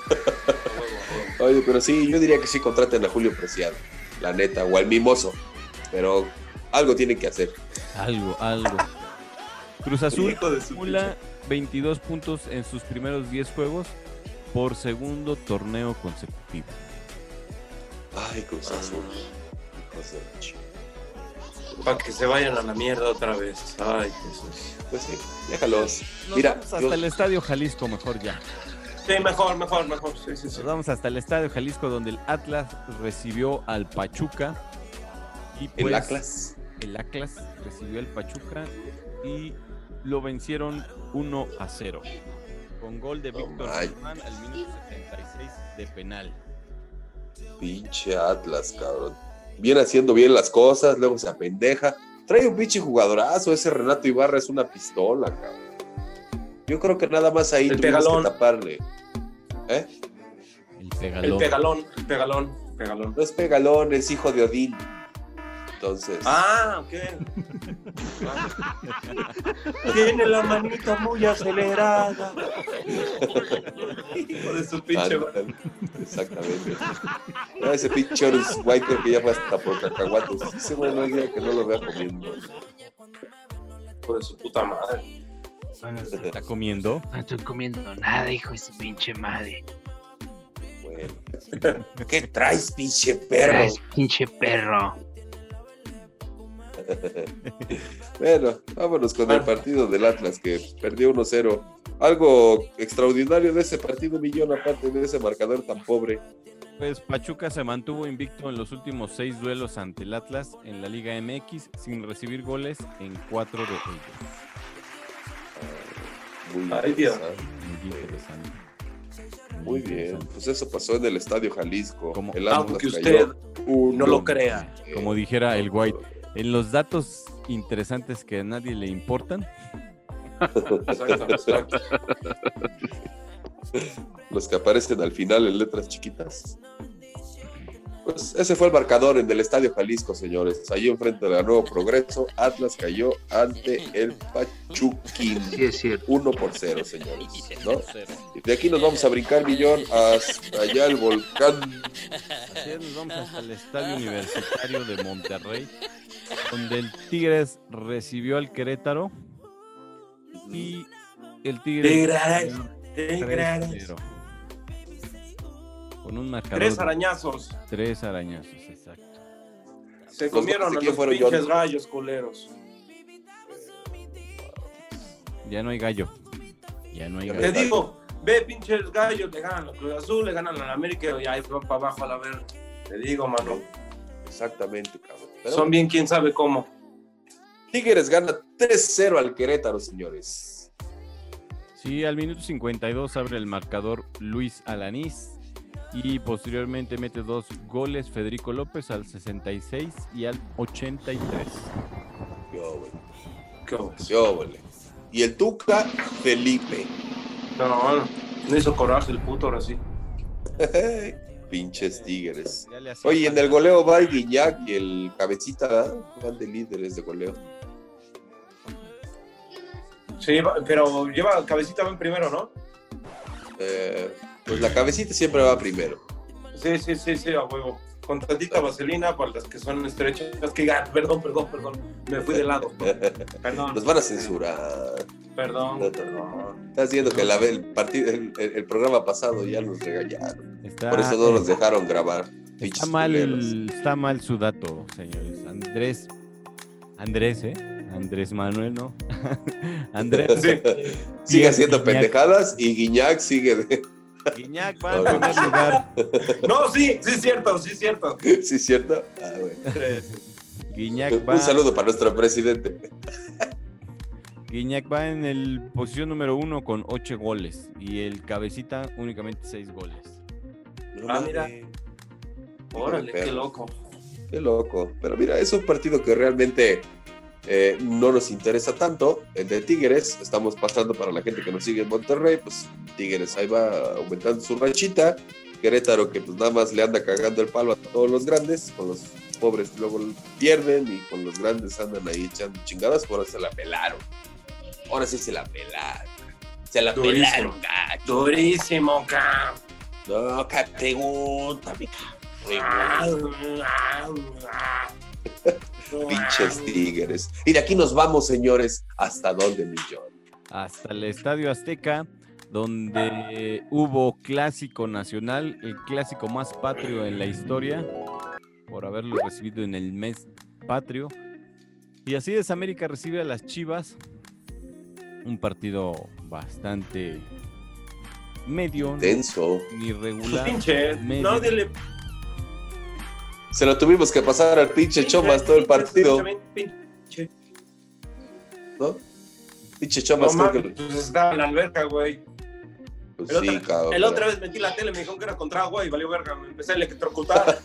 Speaker 4: Oye, pero sí, yo diría que sí contraten a Julio Preciado, la neta, o al mimoso. Pero algo tienen que hacer.
Speaker 3: algo, algo. Cruz Azul
Speaker 2: Hijo de su
Speaker 3: acumula 22 puntos en sus primeros 10 juegos por segundo torneo consecutivo.
Speaker 4: Ay, Cruz
Speaker 2: Ah.
Speaker 4: Azul. Hijos de la chingada.
Speaker 2: Para que se vayan a la mierda otra vez. Ay, Jesús.
Speaker 4: Pues sí, déjalos.
Speaker 3: Nos
Speaker 4: Mira,
Speaker 3: vamos hasta
Speaker 4: yo-
Speaker 3: el Estadio Jalisco, mejor ya.
Speaker 2: Sí, mejor, mejor, mejor. Sí, sí, sí.
Speaker 3: Nos vamos hasta el Estadio Jalisco, donde el Atlas recibió al Pachuca. Y
Speaker 4: el
Speaker 3: pues,
Speaker 4: Atlas.
Speaker 3: El Atlas recibió al Pachuca y lo vencieron 1 a 0. Con gol de
Speaker 4: No
Speaker 3: Víctor
Speaker 4: manches.
Speaker 3: Guzmán al minuto 76 de penal.
Speaker 4: Pinche Atlas, cabrón. Viene haciendo bien las cosas, luego se apendeja. Trae un pinche jugadorazo. Ese Renato Ibarra es una pistola, cabrón. Yo creo que nada más ahí
Speaker 2: El
Speaker 4: tuvimos
Speaker 2: pegalón.
Speaker 4: que taparle.
Speaker 3: El
Speaker 2: El
Speaker 3: pegalón.
Speaker 2: pegalón, el pegalón, el pegalón.
Speaker 4: No es pegalón, es hijo de Odín. Entonces,
Speaker 2: Ah, ok. Tiene la manita muy acelerada. Hijo de su pinche madre.
Speaker 4: ándale. exactamente. No, ese pinche Horus White creo que ya fue hasta por cacahuates. Ese güey no hay día que no lo vea comiendo.
Speaker 2: hijo de su puta madre.
Speaker 3: Está comiendo.
Speaker 5: No estoy comiendo nada, hijo de su pinche madre.
Speaker 4: Bueno. ¿Qué traes, pinche perro?
Speaker 5: Eres pinche perro.
Speaker 4: Bueno, vámonos con
Speaker 2: Ah.
Speaker 4: el partido del Atlas que perdió 1-0. Algo extraordinario de ese partido, Millón, aparte de ese marcador tan pobre.
Speaker 3: Pues Pachuca se mantuvo invicto en los últimos seis duelos ante el Atlas en la Liga MX sin recibir goles en cuatro de ellos.
Speaker 4: Muy
Speaker 2: Ay, Dios.
Speaker 4: interesante.
Speaker 3: Muy interesante.
Speaker 4: Muy bien. Pues eso pasó en el Estadio Jalisco.
Speaker 3: Como-
Speaker 4: el Atlas
Speaker 2: Aunque usted
Speaker 4: cayó
Speaker 2: no
Speaker 4: uno.
Speaker 2: lo crea.
Speaker 3: Como dijera el White, en los datos interesantes que a nadie le importan,
Speaker 2: Exacto, exacto.
Speaker 4: Los que aparecen al final en letras chiquitas. Pues ese fue el marcador en el Estadio Jalisco, señores. Allí enfrente de la Nuevo Progreso, Atlas cayó ante el Pachuquín.
Speaker 5: Sí, es cierto.
Speaker 4: 1 por 0, señores. ¿no? Y de aquí nos vamos a brincar, Millón, hasta allá el volcán.
Speaker 3: Así es, nos vamos hasta el Estadio Universitario de Monterrey, donde el Tigres recibió al Querétaro y el Tigres
Speaker 2: Tigres,
Speaker 3: ganó
Speaker 2: Tigres.
Speaker 3: 3-0. con un marcador
Speaker 2: Tres
Speaker 3: de
Speaker 2: arañazos.
Speaker 3: tres arañazos, exacto.
Speaker 2: Se comieron a
Speaker 4: ¿Quién
Speaker 2: los
Speaker 4: fueron,
Speaker 2: pinches
Speaker 4: John?
Speaker 2: gallos culeros.
Speaker 3: Ya no hay gallo. Ya no hay
Speaker 2: Te
Speaker 3: gallo.
Speaker 4: Exacto.
Speaker 2: digo, ve pinches gallos, le ganan a Cruz Azul, le ganan a la América y ahí van para abajo a la verga. Te digo, mano.
Speaker 4: Exactamente, cabrón. Pero
Speaker 2: Son bien quién sabe cómo.
Speaker 4: Tigres gana 3-0 al Querétaro, señores.
Speaker 3: Sí, al minuto 52 abre el marcador Luis Alanís y posteriormente mete dos goles Federico López al 66 y al 83.
Speaker 4: Yo, güey.
Speaker 2: ¿Qué hubo?
Speaker 4: Yo, güey. Y el Tuca, Felipe.
Speaker 2: No, no, no hizo coraje el puto ahora sí.
Speaker 4: Pinches Tigres.
Speaker 3: Ya le hacía
Speaker 4: Oye, en
Speaker 3: falta.
Speaker 4: el goleo va el Guiñac y el Cabecita ¿eh? van de líderes de goleo.
Speaker 2: Sí, va- pero lleva cabecita va en primero, ¿no?
Speaker 4: Eh, pues la Cabecita siempre va primero.
Speaker 2: Sí, sí, sí, sí, a huevo. Con tantita vaselina para las que son estrechas. Que, ah, perdón, perdón, perdón. Me fui de lado. Perdón.
Speaker 4: Nos van a censurar.
Speaker 2: Perdón, perdón.
Speaker 4: Estás viendo que la, el, partido, el, el- el programa pasado ya nos regañaron.
Speaker 3: Está-
Speaker 4: Por eso no nos dejaron grabar.
Speaker 3: Ah, eh, Está
Speaker 4: Pinches
Speaker 3: mal,
Speaker 4: culeros.
Speaker 3: está mal su dato, señores. Andrés, Andrés, ¿eh? Andrés Manuel, ¿no? Andrés
Speaker 2: Sí.
Speaker 4: Sigue
Speaker 3: Guiñac.
Speaker 4: haciendo pendejadas y Guiñac sigue de.
Speaker 3: Guiñac va al
Speaker 4: Oye.
Speaker 3: primer lugar.
Speaker 2: No, sí, sí es cierto, sí es cierto.
Speaker 4: ¿Sí es cierto? Ah, bueno.
Speaker 3: Guiñac va,
Speaker 4: Un saludo para nuestro presidente.
Speaker 3: Guiñac va en el posición número uno con ocho goles y el cabecita únicamente seis goles.
Speaker 4: No
Speaker 2: Ah, mira.
Speaker 4: mames,
Speaker 2: Órale, qué loco.
Speaker 4: Qué loco. Pero mira, es un partido que realmente eh, no nos interesa tanto. El de Tigres, estamos pasando para la gente que nos sigue en Monterrey, pues Tigres ahí va aumentando su ranchita. Querétaro que pues nada más le anda cagando el palo a todos los grandes, con los pobres luego pierden y con los grandes andan ahí echando chingadas, ahora se la pelaron. Ahora sí se la pelaron. Se la
Speaker 2: Durísimo.
Speaker 4: pelaron, gacho.
Speaker 2: Durísimo, cabrón.
Speaker 4: No, ca- pregúntame, cabrón. Pinches
Speaker 2: Pinches
Speaker 4: tigres. Y de aquí nos vamos, señores, hasta dónde, millón.
Speaker 3: Hasta el Estadio Azteca, donde hubo clásico nacional, el clásico más patrio en la historia, por haberlo recibido en el mes patrio. Y así es, América recibe a las Chivas. Un partido bastante medio,
Speaker 4: Tenso.
Speaker 3: ni regular.
Speaker 2: Pinche,
Speaker 3: medio.
Speaker 2: no dile
Speaker 4: Se lo tuvimos que pasar al pinche Chomas todo el partido, ¿no? Pinche
Speaker 2: No
Speaker 4: Chomas, creo que
Speaker 2: mames, pues estaba en la alberca, güey.
Speaker 4: pues,
Speaker 2: El
Speaker 4: sí,
Speaker 2: otra,
Speaker 4: cabrón.
Speaker 2: el otra vez metí la tele, me dijeron que era contra agua y valió verga, me empecé a electrocutar.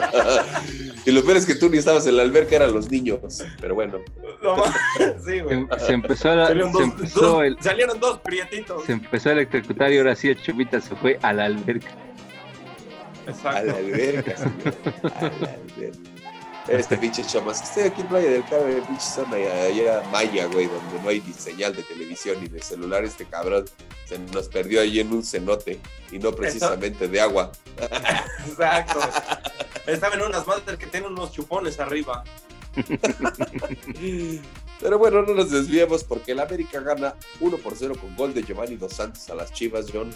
Speaker 4: y lo peor es que tú ni estabas en la alberca, eran los niños. Pero bueno,
Speaker 2: No mames, sí, güey.
Speaker 5: Se, se empezó, a,
Speaker 2: Salieron
Speaker 5: Em, se,
Speaker 2: dos,
Speaker 5: empezó
Speaker 2: dos-
Speaker 5: el-
Speaker 2: salieron dos prietitos.
Speaker 5: se empezó a electrocutar y ahora sí el Chubita se fue a la alberca.
Speaker 4: a la
Speaker 2: Exacto.
Speaker 4: alberca, señor, a la alberca. Este pinche Chomas. Estoy aquí en Playa del Carmen, pinche zona allá maya, güey, donde no hay ni señal de televisión ni de celular. Este cabrón se nos perdió allí en un cenote y no precisamente de agua.
Speaker 2: Exacto. Estaba en unas madres que tienen unos chupones arriba.
Speaker 4: Pero bueno, no nos desviemos porque el América gana 1 por 0 con gol de Giovanni Dos Santos a las Chivas, John.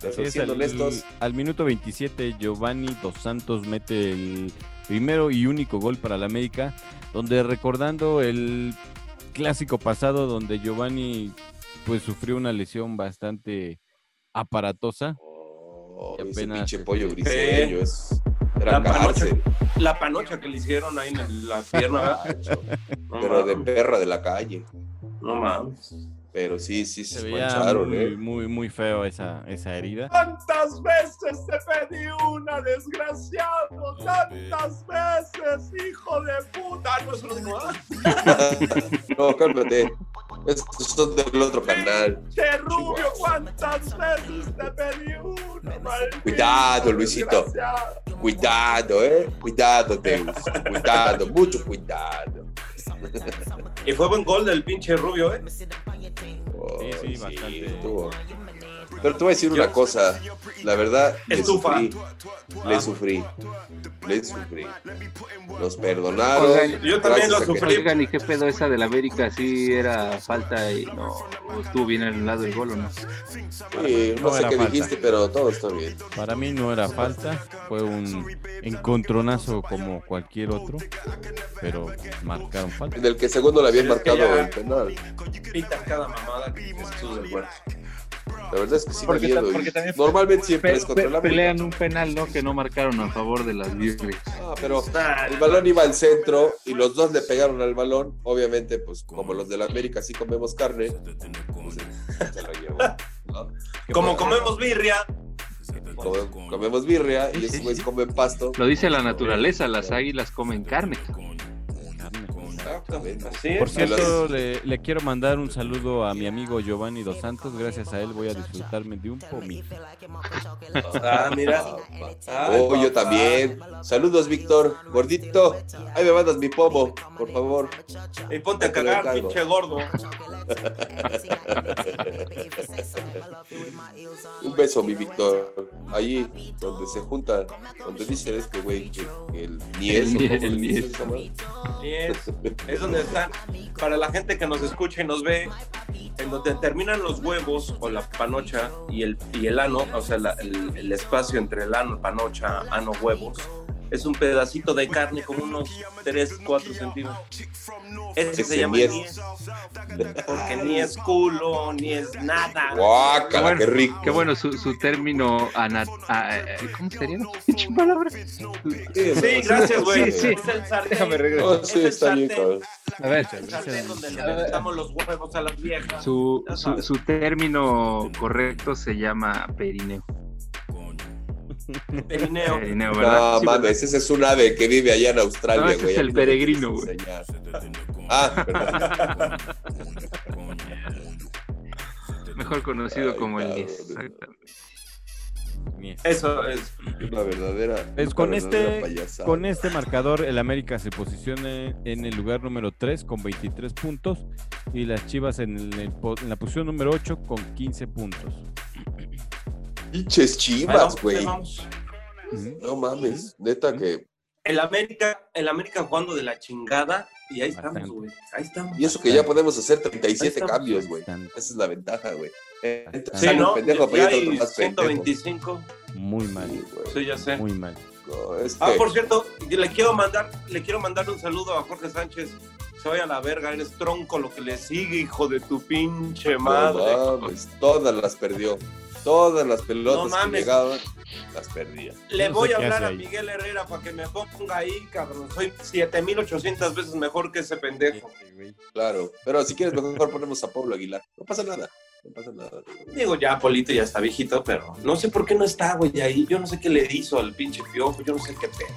Speaker 4: Pero
Speaker 3: Así es,
Speaker 4: siendo
Speaker 3: al,
Speaker 4: honestos,
Speaker 3: al minuto 27, Giovanni Dos Santos mete el primero y único gol para la América, donde recordando el clásico pasado donde Giovanni pues sufrió una lesión bastante aparatosa.
Speaker 4: oh,
Speaker 3: Y
Speaker 4: ese
Speaker 3: apenas-
Speaker 4: pinche pollo briseño es. Era
Speaker 2: La panocha.
Speaker 4: cárcel,
Speaker 2: La panocha que le hicieron ahí en el- la pierna. No
Speaker 4: pero de
Speaker 2: mames.
Speaker 4: perra de la calle.
Speaker 2: No mames.
Speaker 4: Pero sí, sí, se,
Speaker 3: Se veía
Speaker 4: mancharon,
Speaker 3: muy,
Speaker 4: ¿eh?
Speaker 3: muy, muy feo esa, esa herida.
Speaker 2: ¿Cuántas veces te pedí una, desgraciado? ¿Tantas veces, hijo de puta? No es lo mismo, ¿ah?
Speaker 4: No, cálmate. Estos son del otro canal.
Speaker 2: Che Rubio, ¿cuántas veces te pedí una, maldito
Speaker 4: Cuidado, Luisito.
Speaker 2: desgraciado?
Speaker 4: Cuidado, ¿eh? Cuidado, Deus. Cuidado, mucho cuidado.
Speaker 2: Y fue buen gol del pinche Rubio, ¿eh?
Speaker 4: Oh,
Speaker 3: Sí, sí, bastante.
Speaker 4: estuvo. Pero te voy a decir una cosa. La verdad, le
Speaker 2: Estufa.
Speaker 4: sufrí. Le sufrí. Le sufrí. Los perdonaron.
Speaker 5: Oigan,
Speaker 2: yo también
Speaker 4: gracias
Speaker 2: lo
Speaker 4: a que-
Speaker 2: sufrí.
Speaker 5: Oigan, ¿y qué pedo esa del América? ¿Sí era falta y no o estuvo bien anulado el gol o no?
Speaker 4: Sí, no,
Speaker 3: No
Speaker 4: sé
Speaker 3: era
Speaker 4: qué
Speaker 3: falta.
Speaker 4: dijiste, pero todo está bien.
Speaker 3: Para mí no era falta, fue un encontronazo como cualquier otro, pero marcaron falta.
Speaker 4: En el que segundo le habían
Speaker 2: Pero es que
Speaker 4: marcado
Speaker 2: ya-
Speaker 4: el penal.
Speaker 2: Pita cada mamada que dices tú del güey.
Speaker 4: La verdad es que sí me
Speaker 5: Porque
Speaker 4: miedo.
Speaker 5: ta-
Speaker 4: y
Speaker 5: porque también-
Speaker 4: Normalmente siempre es contra la
Speaker 5: pelean un penal, ¿no? Que no marcaron a favor de las Virgen.
Speaker 4: Ah, pero
Speaker 2: Nah,
Speaker 4: el balón iba al centro y los dos le pegaron al balón. Obviamente, pues como los de la América sí comemos carne, pues, se- se lo llevó, ¿no?
Speaker 2: Como comemos birria,
Speaker 4: Come- comemos birria y esos güeyes comen pasto.
Speaker 5: Lo dice la naturaleza, las águilas comen carne.
Speaker 4: Exactamente.
Speaker 2: Así
Speaker 3: Por
Speaker 2: es.
Speaker 3: cierto, le, le quiero mandar un saludo a mi amigo Giovanni Dos Santos. Gracias a él voy a disfrutarme de un pomi.
Speaker 2: Ah, mira. Ah,
Speaker 4: oh,
Speaker 2: papá.
Speaker 4: yo también. Saludos, Víctor. Gordito, ahí me mandas mi pomo, por favor.
Speaker 2: Y ponte a
Speaker 4: Te lo
Speaker 2: cagar,
Speaker 4: encargo.
Speaker 2: pinche gordo.
Speaker 4: Un beso, mi Víctor. Allí, donde se junta, donde dice este güey que que el niés.
Speaker 5: El
Speaker 4: ¿o
Speaker 5: niés,
Speaker 4: cómo
Speaker 5: el
Speaker 4: le dicen
Speaker 5: niés.
Speaker 4: esa madre?
Speaker 2: Y es, es donde están, para la gente que nos escucha y nos ve, en donde terminan los huevos o la panocha y el, y el ano, o sea, la- el, el espacio entre el ano, panocha, ano, huevos, es un pedacito de carne como unos 3, 4 centímetros. Ese
Speaker 4: Ese
Speaker 2: se llama
Speaker 4: mies.
Speaker 2: niés, porque ni es culo, ni es nada.
Speaker 4: Guácala, qué rico.
Speaker 5: Qué bueno su, su término ana, a- eh, ¿Cómo sería? Pinche palabra.
Speaker 2: Sí, gracias, güey.
Speaker 5: Sí, sí.
Speaker 2: Es el sartén.
Speaker 1: Déjame regresar.
Speaker 4: No, sí,
Speaker 2: Es el
Speaker 4: está bien,
Speaker 2: sartén.
Speaker 4: cabrón.
Speaker 1: A ver,
Speaker 2: Es el sartén donde le aventamos los huevos a las viejas.
Speaker 5: Su, su, su término correcto se llama perineo.
Speaker 2: Perineo.
Speaker 5: Perineo, ¿verdad?
Speaker 4: No,
Speaker 5: Sí, ¿verdad?
Speaker 4: mames, ese es un ave que vive allá en Australia,
Speaker 5: No,
Speaker 4: güey.
Speaker 5: ese es el
Speaker 4: A mí no me
Speaker 5: peregrino,
Speaker 4: quieres
Speaker 5: güey.
Speaker 4: enseñar. Ah, perdón.
Speaker 5: Mejor conocido
Speaker 4: Ay,
Speaker 5: como el
Speaker 4: cabrón.
Speaker 5: 10. Exactamente.
Speaker 2: Eso es.
Speaker 4: Una verdadera.
Speaker 3: Pues
Speaker 4: una
Speaker 3: con
Speaker 4: verdadera
Speaker 3: este-
Speaker 4: payasada.
Speaker 3: Con este marcador, el América se posiciona en el lugar número 3 con 23 puntos y las Chivas en, el po- en la posición número 8 con 15 puntos.
Speaker 4: Pinches
Speaker 2: Ahí vamos,
Speaker 4: chivas,
Speaker 2: ahí
Speaker 4: güey.
Speaker 2: vamos.
Speaker 3: Ujú.
Speaker 4: Mm. No mames, neta que.
Speaker 2: El América, el América jugando de la chingada Y ahí estamos,
Speaker 3: Bastante.
Speaker 2: güey. Ahí estamos.
Speaker 4: Y eso que ya podemos hacer
Speaker 2: Ahí
Speaker 4: 37
Speaker 2: estamos.
Speaker 4: cambios, güey. Esa
Speaker 3: Bastante.
Speaker 4: es la ventaja, güey. Eh,
Speaker 3: Bastante.
Speaker 2: Sí,
Speaker 4: sale
Speaker 2: ¿no?
Speaker 4: un pendejo,
Speaker 2: ya
Speaker 4: pero ya otro
Speaker 2: hay
Speaker 4: más pendejo.
Speaker 2: 125.
Speaker 3: Muy mal,
Speaker 4: Sí, güey.
Speaker 2: Sí, ya sé.
Speaker 3: muy mal.
Speaker 4: No, es
Speaker 2: Ah,
Speaker 4: que-
Speaker 2: por cierto, le quiero mandar, le quiero mandar un saludo a Jorge Sánchez. Soy a la verga, eres tronco lo que le sigue, hijo de tu pinche
Speaker 4: No
Speaker 2: madre.
Speaker 4: mames, todas las perdió. Todas las pelotas
Speaker 2: No
Speaker 4: que
Speaker 2: mames.
Speaker 4: llegaban, las perdía.
Speaker 2: Le
Speaker 3: No sé
Speaker 2: voy a
Speaker 3: qué
Speaker 2: hablar
Speaker 3: hace
Speaker 2: a
Speaker 3: ahí.
Speaker 2: Miguel Herrera para que me ponga ahí, cabrón. Soy 7800 veces mejor que ese pendejo.
Speaker 4: Claro. Pero si quieres, mejor ponemos a Pablo Aguilar. No pasa nada. No pasa nada.
Speaker 2: Digo, ya Polito ya está viejito, pero no sé por qué no está, güey, ahí. Yo no sé qué le hizo al pinche piojo, yo no sé qué pedo.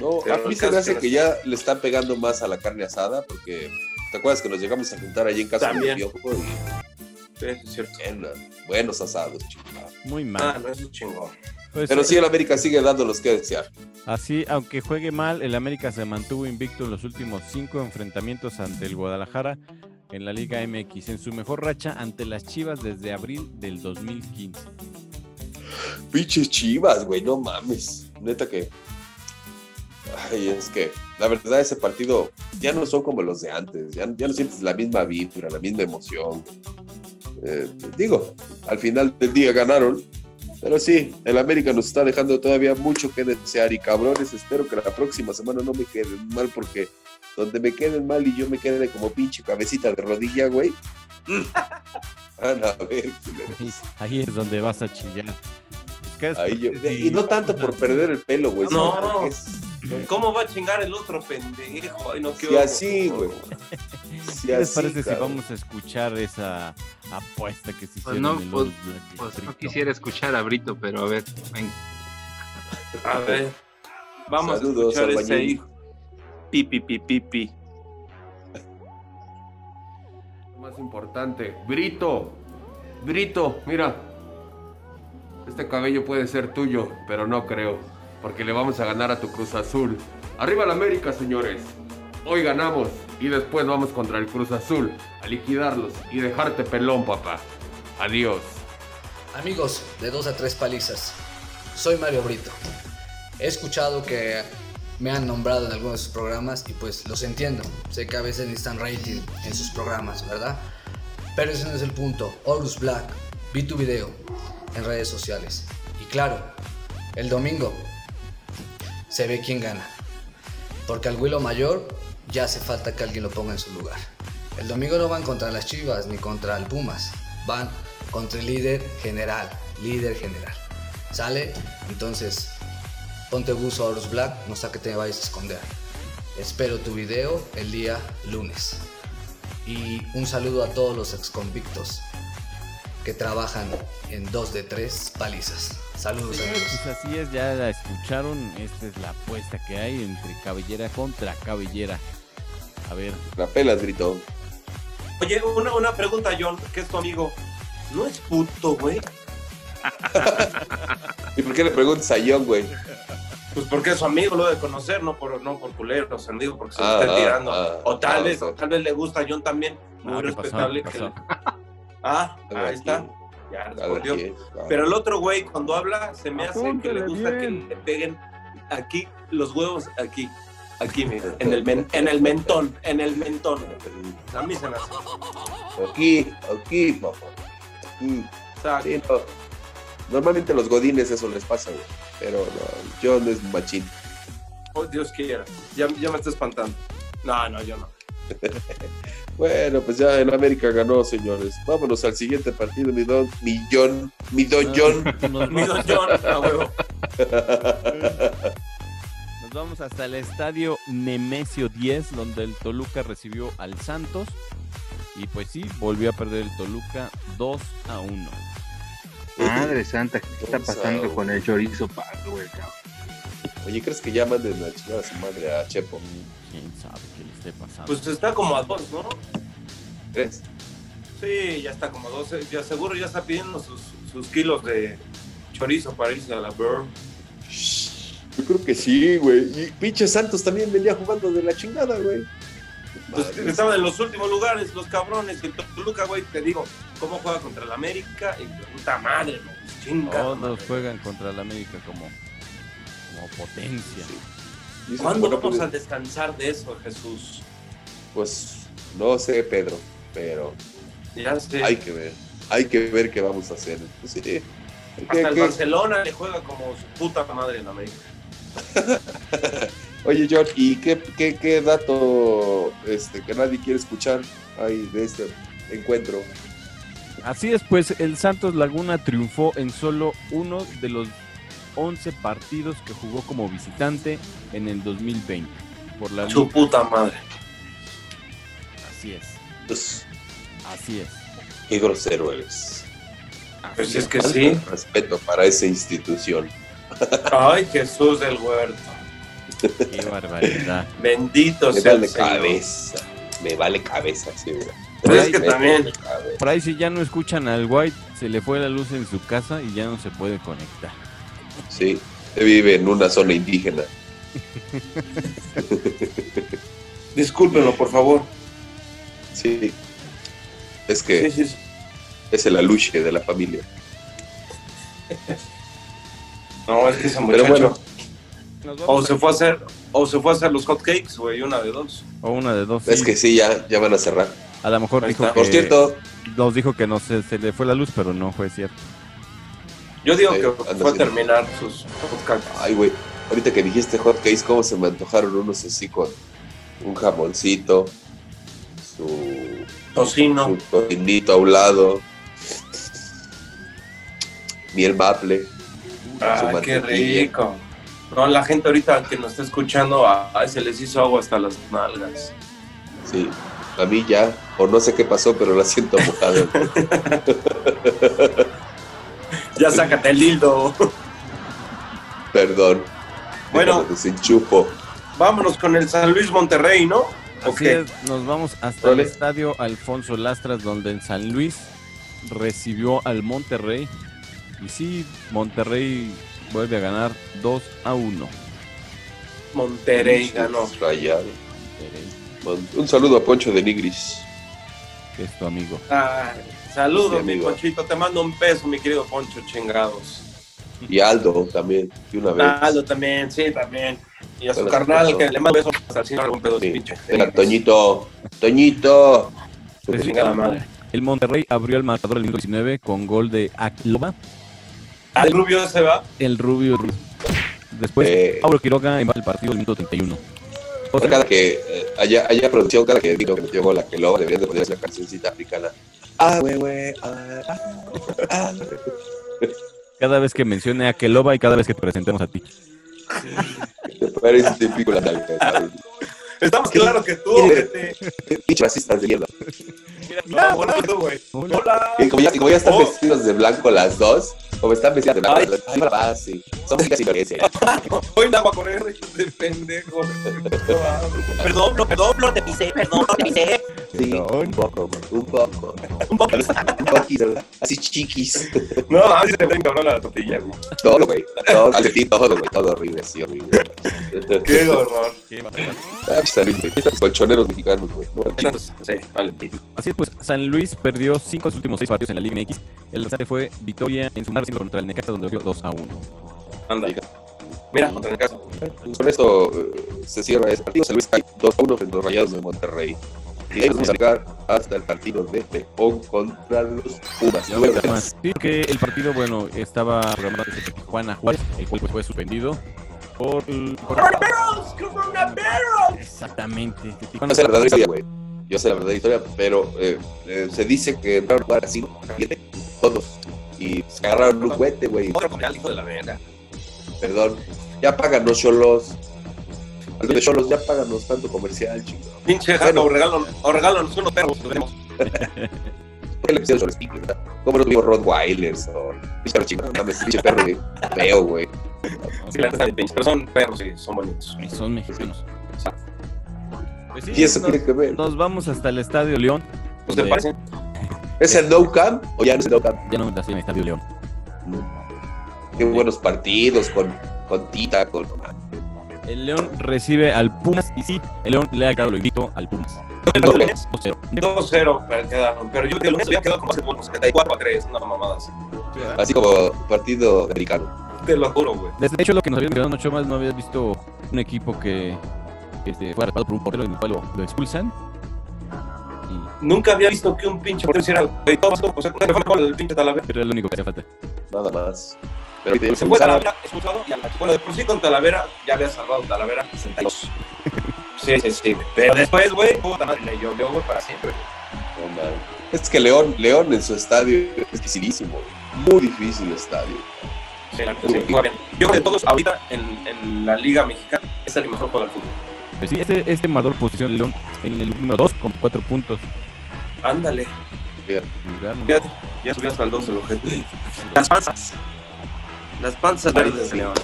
Speaker 4: No,
Speaker 2: Pero
Speaker 4: a mí
Speaker 2: el
Speaker 4: se
Speaker 2: caso
Speaker 4: me
Speaker 2: es
Speaker 4: hace
Speaker 2: que
Speaker 4: que
Speaker 2: no
Speaker 4: ya le está pegando más a la carne asada porque. ¿Te acuerdas que nos llegamos a juntar allí en casa del
Speaker 2: También.
Speaker 4: Piojo? Y
Speaker 2: Sí, es cierto.
Speaker 4: eran buenos asados, chingada.
Speaker 3: Muy
Speaker 2: Ah,
Speaker 3: mal.
Speaker 2: no, eso es chingón.
Speaker 3: Pues,
Speaker 4: Pero sí, el América sigue dándolos que desear.
Speaker 3: Así, aunque juegue mal, el América se mantuvo invicto en los últimos cinco enfrentamientos ante el Guadalajara en la Liga MX, en su mejor racha ante las Chivas desde abril del 2015.
Speaker 4: Pinches chivas, güey, no mames. Neta que. Ay, es que la verdad, ese partido ya no son como los de antes. Ya, ya no sientes la misma vibra, la misma emoción. Eh, digo, al final del día ganaron. Pero sí, el América nos está dejando todavía mucho que desear. Y cabrones, espero que la próxima semana no me queden mal, porque donde me queden mal y yo me quede como pinche cabecita de rodilla, güey. mm, Van a ver, culero.
Speaker 3: Ahí- Ahí es donde vas a chillar. ¿Qué es?
Speaker 4: Ahí yo- y no tanto por perder el pelo, güey.
Speaker 2: No.
Speaker 4: sino porque es-
Speaker 2: ¿Cómo va a chingar el otro pendejo? Ay, no, qué
Speaker 4: Si
Speaker 2: horror.
Speaker 4: así, güey. Si
Speaker 3: ¿Qué les
Speaker 4: así,
Speaker 3: parece si
Speaker 4: cabrón.
Speaker 3: vamos a escuchar esa apuesta que se
Speaker 5: Pues
Speaker 3: hicieron?
Speaker 5: no,
Speaker 3: el
Speaker 5: pues-
Speaker 3: All Black
Speaker 5: Pues no
Speaker 3: Distrito?
Speaker 5: quisiera escuchar a Brito, pero a ver, ven,
Speaker 2: A ver, vamos
Speaker 4: Saludos,
Speaker 2: a escuchar ese
Speaker 4: albañil.
Speaker 2: hijo. Pi, pi, pi, pi, pi.
Speaker 1: Más importante, Brito, Brito, mira, este cabello puede ser tuyo, pero no creo, porque le vamos a ganar a tu Cruz Azul. Arriba la América, señores. Hoy ganamos y después vamos contra el Cruz Azul a liquidarlos y dejarte pelón, papá. Adiós.
Speaker 6: Amigos, de dos a tres palizas, soy Mario Brito. He escuchado que me han nombrado en algunos de sus programas y pues los entiendo. Sé que a veces necesitan rating en sus programas, ¿verdad? Pero ese no es el punto. Horus Black, vi tu video en redes sociales. Y claro, el domingo se ve quién gana. Porque al Willow Mayor ya hace falta que alguien lo ponga en su lugar. El domingo no van contra las Chivas ni contra el Pumas, van contra el líder general, líder general. ¿Sale? Entonces, ponte buzo a Horus Black, no sea que te vayas a esconder. Espero tu video el día lunes. Y un saludo a todos los exconvictos que trabajan en 2 de 3 palizas. Saludos
Speaker 3: Señores,
Speaker 6: amigos.
Speaker 3: pues así es, ya la escucharon. Esta es la apuesta que hay entre cabellera contra cabellera. A ver,
Speaker 4: La pelas, gritó.
Speaker 2: Oye, una, una pregunta, John, que es tu amigo. ¿No es puto, güey?
Speaker 4: ¿Y por qué le preguntas a John, güey?
Speaker 2: Pues porque es su amigo, lo de conocer, no por, no por culero, o sea, digo, porque se
Speaker 4: Ah,
Speaker 2: está
Speaker 4: ah,
Speaker 2: tirando.
Speaker 4: ah,
Speaker 2: o tal
Speaker 4: ah,
Speaker 2: vez,
Speaker 4: ok.
Speaker 2: o tal vez le gusta a John también. Muy
Speaker 3: Ah, ¿qué pasó?
Speaker 2: respetable.
Speaker 3: ¿Qué
Speaker 2: que-
Speaker 3: pasó?
Speaker 2: Ah,
Speaker 4: A ver
Speaker 2: ahí
Speaker 4: aquí,
Speaker 2: está. Ya
Speaker 4: a ver
Speaker 2: respondió.
Speaker 4: aquí, a ver.
Speaker 2: Pero el otro güey, cuando habla, se me hace que
Speaker 3: Apúntale
Speaker 2: le gusta
Speaker 3: bien.
Speaker 2: que le peguen aquí, los huevos aquí. Aquí, mira, en el, men- en el mentón, en el mentón. A mí se me hace.
Speaker 4: Aquí, aquí, papá. Aquí.
Speaker 2: O sea,
Speaker 4: Sí, no. Normalmente a los godines eso les pasa, güey. Pero no, John es machín.
Speaker 2: oh, Dios quiera. Ya, ya me está espantando. No, no, yo no.
Speaker 4: Bueno, pues ya en América ganó, señores. Vámonos al siguiente partido, mi don, mi John, mi
Speaker 3: Ah,
Speaker 4: don John.
Speaker 3: nos
Speaker 2: Ni
Speaker 3: vamos,
Speaker 2: don John, a huevo.
Speaker 3: nos vamos hasta el estadio Nemesio 10, donde el Toluca recibió al Santos. Y pues sí, volvió a perder el Toluca 2 a 1.
Speaker 5: Madre santa, ¿qué está
Speaker 4: Entonces,
Speaker 5: pasando
Speaker 4: ah,
Speaker 5: con el chorizo Pablo, güey, cabrón?
Speaker 4: Oye, ¿crees que ya manden a chingar a su madre a Chepo?
Speaker 3: Quién sabe qué le esté pasando.
Speaker 2: Pues está como a dos, ¿no?
Speaker 4: ¿Crees?
Speaker 2: Sí, ya está como a dos. eh, Ya seguro ya está pidiendo sus, sus kilos de chorizo para irse a la burn.
Speaker 4: Yo creo que sí, güey. Y pinche Santos también venía jugando de la chingada, güey.
Speaker 2: Pues
Speaker 4: Madre.
Speaker 2: estaban en los últimos lugares, los cabrones. Y el Toluca, güey, te digo, ¿cómo juega contra el América? Y puta madre, no, pues, chinga.
Speaker 3: Todos
Speaker 2: madre.
Speaker 3: juegan contra el América como, como potencia.
Speaker 4: Y eso,
Speaker 2: ¿Cuándo
Speaker 4: bueno,
Speaker 2: vamos
Speaker 4: pues,
Speaker 2: a descansar de eso, Jesús?
Speaker 4: Pues no sé, Pedro, pero
Speaker 2: Ya sé.
Speaker 4: hay que ver. Hay que ver qué vamos a hacer. Pues, sí. ¿Qué-
Speaker 2: Hasta el
Speaker 4: qué-
Speaker 2: Barcelona le juega como su puta madre en América.
Speaker 4: Oye, George, ¿y qué, qué, qué dato este, que nadie quiere escuchar hay de este encuentro?
Speaker 3: Así es, pues el Santos Laguna triunfó en solo uno de los 11 partidos que jugó como visitante en el 2020. Por la
Speaker 2: Su
Speaker 3: liga.
Speaker 2: puta madre.
Speaker 3: Así es,
Speaker 4: Pues,
Speaker 3: así es.
Speaker 4: qué grosero eres.
Speaker 2: Pues es que
Speaker 4: Falta
Speaker 2: sí.
Speaker 4: de Respeto para esa institución.
Speaker 2: Ay, Jesús del huerto.
Speaker 3: Qué barbaridad.
Speaker 2: Bendito
Speaker 4: me
Speaker 2: sea el
Speaker 4: vale
Speaker 2: Señor.
Speaker 4: cabeza. Me vale cabeza, sí, mira.
Speaker 2: Pero es que
Speaker 4: Me
Speaker 2: también-
Speaker 4: vale cabeza.
Speaker 3: Por ahí si ya no escuchan al White, se le fue la luz en su casa y ya no se puede conectar.
Speaker 4: Sí, se vive en una zona indígena.
Speaker 2: Discúlpenlo, por favor.
Speaker 4: Sí. Es
Speaker 2: Sí,
Speaker 4: que
Speaker 2: sí, sí.
Speaker 4: es el aluche de la familia.
Speaker 2: No, es que ese muchacho.
Speaker 4: Pero bueno,
Speaker 2: O se fue a hacer, o se fue a hacer los hotcakes, güey, una de dos.
Speaker 3: O una de dos.
Speaker 4: es
Speaker 3: sí.
Speaker 4: que sí, ya, ya van a cerrar.
Speaker 3: a lo mejor
Speaker 2: Ahí
Speaker 3: dijo
Speaker 2: está.
Speaker 3: que,
Speaker 4: Por cierto,
Speaker 3: nos dijo que no se, se le fue la luz, pero no fue cierto.
Speaker 2: Yo digo
Speaker 4: Sí,
Speaker 2: que
Speaker 4: anda
Speaker 2: fue a
Speaker 4: haciendo.
Speaker 2: terminar sus hotcakes.
Speaker 4: ay, güey, ahorita que dijiste hot cakes, cómo se me antojaron unos así con un jamoncito, su,
Speaker 2: Tocino.
Speaker 4: su cocinito a un lado, miel maple.
Speaker 2: Ah,
Speaker 4: su
Speaker 2: qué
Speaker 4: mantequilla.
Speaker 2: rico. No, la gente ahorita que nos está escuchando, ay, se les hizo agua hasta las nalgas.
Speaker 4: Sí, a mí ya, o no sé qué pasó, pero la siento mojada.
Speaker 2: Ya sácate el dildo.
Speaker 4: Perdón.
Speaker 2: Bueno.
Speaker 4: Déjame Desenchufo.
Speaker 2: Vámonos con el San Luis Monterrey, ¿no? ¿O
Speaker 3: Así
Speaker 2: qué?
Speaker 3: es, nos vamos hasta
Speaker 4: Órale.
Speaker 3: el estadio Alfonso Lastras, donde en San Luis recibió al Monterrey. Y sí, Monterrey vuelve a ganar 2 a 1.
Speaker 2: Monterrey ganó.
Speaker 4: Rayado. Un saludo a Poncho de Nigris.
Speaker 3: Que es tu amigo.
Speaker 2: Ay, saludos,
Speaker 4: Sí,
Speaker 2: mi
Speaker 4: amigo.
Speaker 2: Ponchito. Te mando un beso, mi querido Poncho, chingados.
Speaker 4: Y Aldo también, de una vez.
Speaker 2: Aldo también, sí, también. Y a su
Speaker 4: Hola,
Speaker 2: carnal,
Speaker 4: Poncho.
Speaker 2: que le mando besos al señor algún pedo
Speaker 4: Sí.
Speaker 2: de pinche.
Speaker 4: Venga, Toñito. Toñito.
Speaker 2: Te chinga la madre.
Speaker 3: El Monterrey abrió el marcador el minuto 19 con gol de Aquiloma,
Speaker 2: Al Rubio se va.
Speaker 3: el Rubio. Ruiz. Después,
Speaker 4: Eh.
Speaker 3: Pablo Quiroga empata el partido el minuto 31. Otra-
Speaker 4: Cada que eh, haya, haya producción, cada que digo que metió gol la que lo deberían de poner la cancioncita africana. Ah, güey, güey. Ah, ah, ah.
Speaker 3: Cada vez que mencione a Keloba y cada vez que te presentemos a ti.
Speaker 4: Te parece típico la nalga, ¿sabes?
Speaker 2: Estamos claros que tú,
Speaker 4: Sí.
Speaker 2: ojete.
Speaker 4: Pinche racistas de mierda.
Speaker 2: No, bueno, tú, güey. Hola.
Speaker 4: Y como ya, y como ya están
Speaker 2: Oh.
Speaker 4: vestidos de blanco las dos, como están vestidas de blanco las dos, ay, va, sí. Son chicas indonesia.
Speaker 2: Hoy la va a correr, de pendejo. Perdón, no, perdón, no te pisé, perdón, no te pisé.
Speaker 4: Sí, un poco, un poco.
Speaker 2: Un poco.
Speaker 4: Un poquito, ¿verdad? así chiquis.
Speaker 2: No, a mí se me ven cabrón la tortilla, güey.
Speaker 4: Todo, güey. Todo, calcetín, todo, güey. Todo horrible, sí, horrible.
Speaker 2: Qué horror.
Speaker 4: Ah, está bien, güey. Estos colchoneros mexicanos, güey. No,
Speaker 2: Sí, vale.
Speaker 3: Así es, pues San Luis perdió 5 de sus últimos 6 partidos en la Liga MX. El resultado fue victoria en su margen contra el Necaxa, donde dio 2 a 1.
Speaker 2: Anda, mira, contra el caso.
Speaker 4: Pues Con esto eh, se cierra este partido. San Luis cae 2-1 frente a los Rayados de Monterrey. Y de ahí nos vamos a llegar hasta el partido de León contra los Pumas.
Speaker 3: Ya habrá más. Sí, porque el partido, bueno, estaba programado desde Tijuana Juárez, el cual pues, fue suspendido por. por- Exactamente. de
Speaker 4: No
Speaker 3: Tijuana.
Speaker 4: sé la verdadera historia, güey. Yo sé la verdadera historia, pero eh, eh, se dice que entraron a jugar así, caliente, todos. Y se agarraron un juguete, güey.
Speaker 2: Otro comercial, hijo de la verga.
Speaker 4: Perdón. Ya páganos, Cholos. Algo de Cholos, ya páganos tanto comercial, chingón.
Speaker 2: Pinche gato,
Speaker 4: Bueno.
Speaker 2: o regalan- o regalan unos perros, lo veremos.
Speaker 4: ¿Por qué le pusieron Cholos Pico, verdad? ¿Cómo no tuvimos Rottweilers o pinche chingón? Dame ese pinche perro, güey. Feo, güey.
Speaker 2: Sí, la neta están bien pinches, pero son perros, sí, son bonitos.
Speaker 3: Y Son mexicanos. Pues sí,
Speaker 4: ¿Y eso
Speaker 3: nos,
Speaker 4: tiene que ver?
Speaker 3: nos vamos hasta el Estadio León.
Speaker 2: ¿No Pues, te
Speaker 3: Sí.
Speaker 2: parecen?
Speaker 4: ¿Es el No Camp o ya no es el No Camp?
Speaker 3: Ya no me en el Estadio León.
Speaker 4: Qué buenos partidos con, con Tita, con.
Speaker 3: El León recibe al Pumas y sí, el León le ha quedado lo invito al Pumas.
Speaker 2: El
Speaker 4: Ok.
Speaker 2: lunes,
Speaker 3: 2-0.
Speaker 2: 2-0 per- quedaron, pero yo creo que el lunes había quedado como hace como 74 a 3, una mamada así.
Speaker 4: Así como partido americano.
Speaker 2: Te lo juro, güey.
Speaker 3: Desde de hecho, lo que nos habían quedado Nocho más, no habías visto un equipo que, que este, fue arrastrado por un portero en el cual lo, lo expulsan
Speaker 2: Nunca había visto que un pinche portero hiciera güey, todo esto, o sea, que le fue con el pinche Talavera.
Speaker 3: Era lo único que hacía falta.
Speaker 4: nada más. Pero te
Speaker 2: Se fue
Speaker 4: expulsaron.
Speaker 2: Talavera, expulsado y a la Bueno, de por sí con Talavera ya había salvado Talavera 62. Sí, sí, sí. güey. Pero después, güey, puta madre, le llovió, güey, para siempre. güey.
Speaker 4: No, man. Es que León, León en su estadio es dificilísimo. Muy difícil estadio.
Speaker 2: Sí, la neta, sí, juega bien. Yo creo que de todos ahorita en, en la Liga Mexicana es el mejor jugador del fútbol.
Speaker 3: Pero sí, este, este marcador posición León en el número 2 con 4 puntos.
Speaker 2: Ándale.
Speaker 3: Lugar número-
Speaker 2: Fíjate, ya subías al 2 el ojete. Las panzas. Las panzas verdes, León.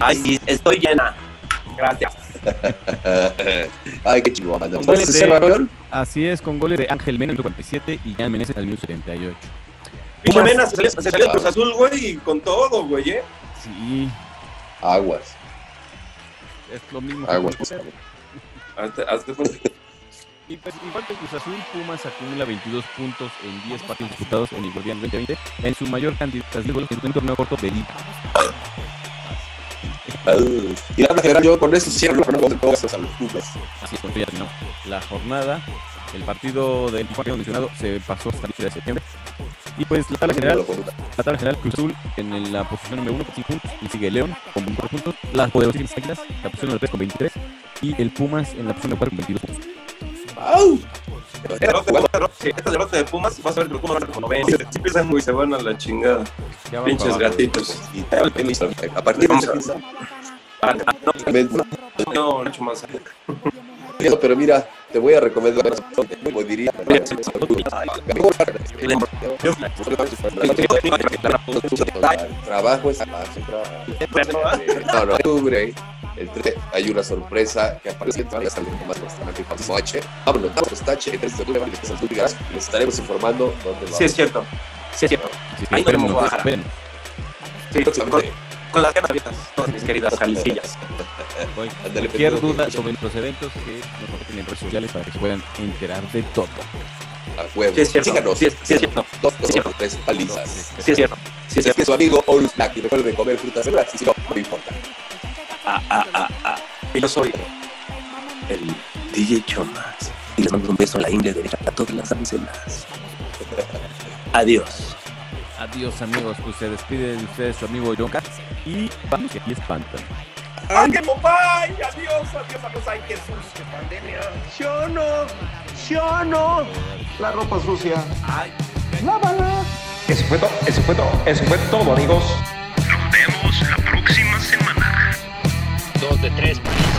Speaker 2: Ay, sí, estoy llena. Gracias.
Speaker 4: Ay, qué chingón. ¿Se
Speaker 3: Pues, sí.
Speaker 4: cerró León?
Speaker 3: Así es, con goles de Ángel Mena en el 47 y Jan Menezes al minuto 78.
Speaker 2: Pinche Mena se salió, se salió de Cruz Azul, güey, y con todo, güey, ¿eh?
Speaker 3: Sí,
Speaker 4: Aguas,
Speaker 3: es lo mismo. que
Speaker 4: aguas.
Speaker 3: con Pumas.
Speaker 2: Hazte, hazte cuenta.
Speaker 3: Y pues, igual que Cruz Azul, Pumas acumula 22 puntos en 10 partidos disputados en el Guardián 2020, en su mayor cantidad de goles en un torneo corto de liga.
Speaker 4: Ah, Y la general, yo con eso cierro, pero no con cosas a los clubes.
Speaker 3: Así es, ya terminó la jornada. El partido del Tijuana que hemos mencionado se pasó hasta el 15 de septiembre. Y pues la tabla general, la tabla general Cruz Azul en el- la posición número 1 con 5 puntos y sigue León con 4 puntos, las poderosísimas Águilas, la posición número 3 con 23 y el Pumas en la posición número 4 con 22 puntos.
Speaker 4: ¡Au!
Speaker 2: Esta derrota, esta derrota, sí, este esta derrota de Pumas, vas a ver que los Pumas van a con 90. Si empiezan muy se van a la chingada.
Speaker 3: Ya van para
Speaker 2: Pinches
Speaker 3: abajo.
Speaker 2: gatitos.
Speaker 4: eh, Y también listo. A partir de eso,
Speaker 2: Ah, no,
Speaker 4: también, no,
Speaker 2: no, eh. Nacho Mansa.
Speaker 4: pero mira, te voy a recomendar como diría. Trabajo es No, no, octubre. El 3 hay una sorpresa que aparece en todas las más bastante H. Vámonos, vamos, H. este El 3 de octubre les estaremos informando dónde
Speaker 2: Sí, es cierto. Sí, es cierto.
Speaker 3: Sí, sí,
Speaker 2: Ahí
Speaker 3: espérennos,
Speaker 2: tenemos Guadalajara.
Speaker 3: espérennos.
Speaker 2: Sí, con, con las ganas abiertas, todas mis queridas jalicillas.
Speaker 3: Hoy,
Speaker 4: Ándale,
Speaker 3: Cualquier
Speaker 4: pendejo.
Speaker 3: duda sobre nuestros eventos que nos contacten en redes sociales para que se puedan enterar de todo.
Speaker 4: A huevo.
Speaker 2: Sí, es cierto.
Speaker 4: Síganos.
Speaker 2: Sí, es- sí, es cierto.
Speaker 4: Dos, dos, tres palizas.
Speaker 2: Sí, es cierto. Sí, es
Speaker 4: Es
Speaker 2: cierto.
Speaker 4: que su amigo Horus Black y recuerden comer frutas y verduras, y si no, no importa.
Speaker 2: Ah, ah, ah, ah. Y yo soy el DJ Chomas. Y les mando un beso en la ingle derecha a todas las ancianas. Adiós.
Speaker 3: Adiós amigos, pues se despide de ustedes su amigo John Katz y vamos que aquí espantan.
Speaker 2: ¡Ángel Popay! ¡Adiós, adiós, adiós! ¡Ay, Jesús, qué pandemia! ¡Yo no! ¡Yo no!
Speaker 7: La ropa sucia.
Speaker 2: Eso fue todo, eso fue todo, eso fue todo, amigos.
Speaker 8: Dos de tres palizas.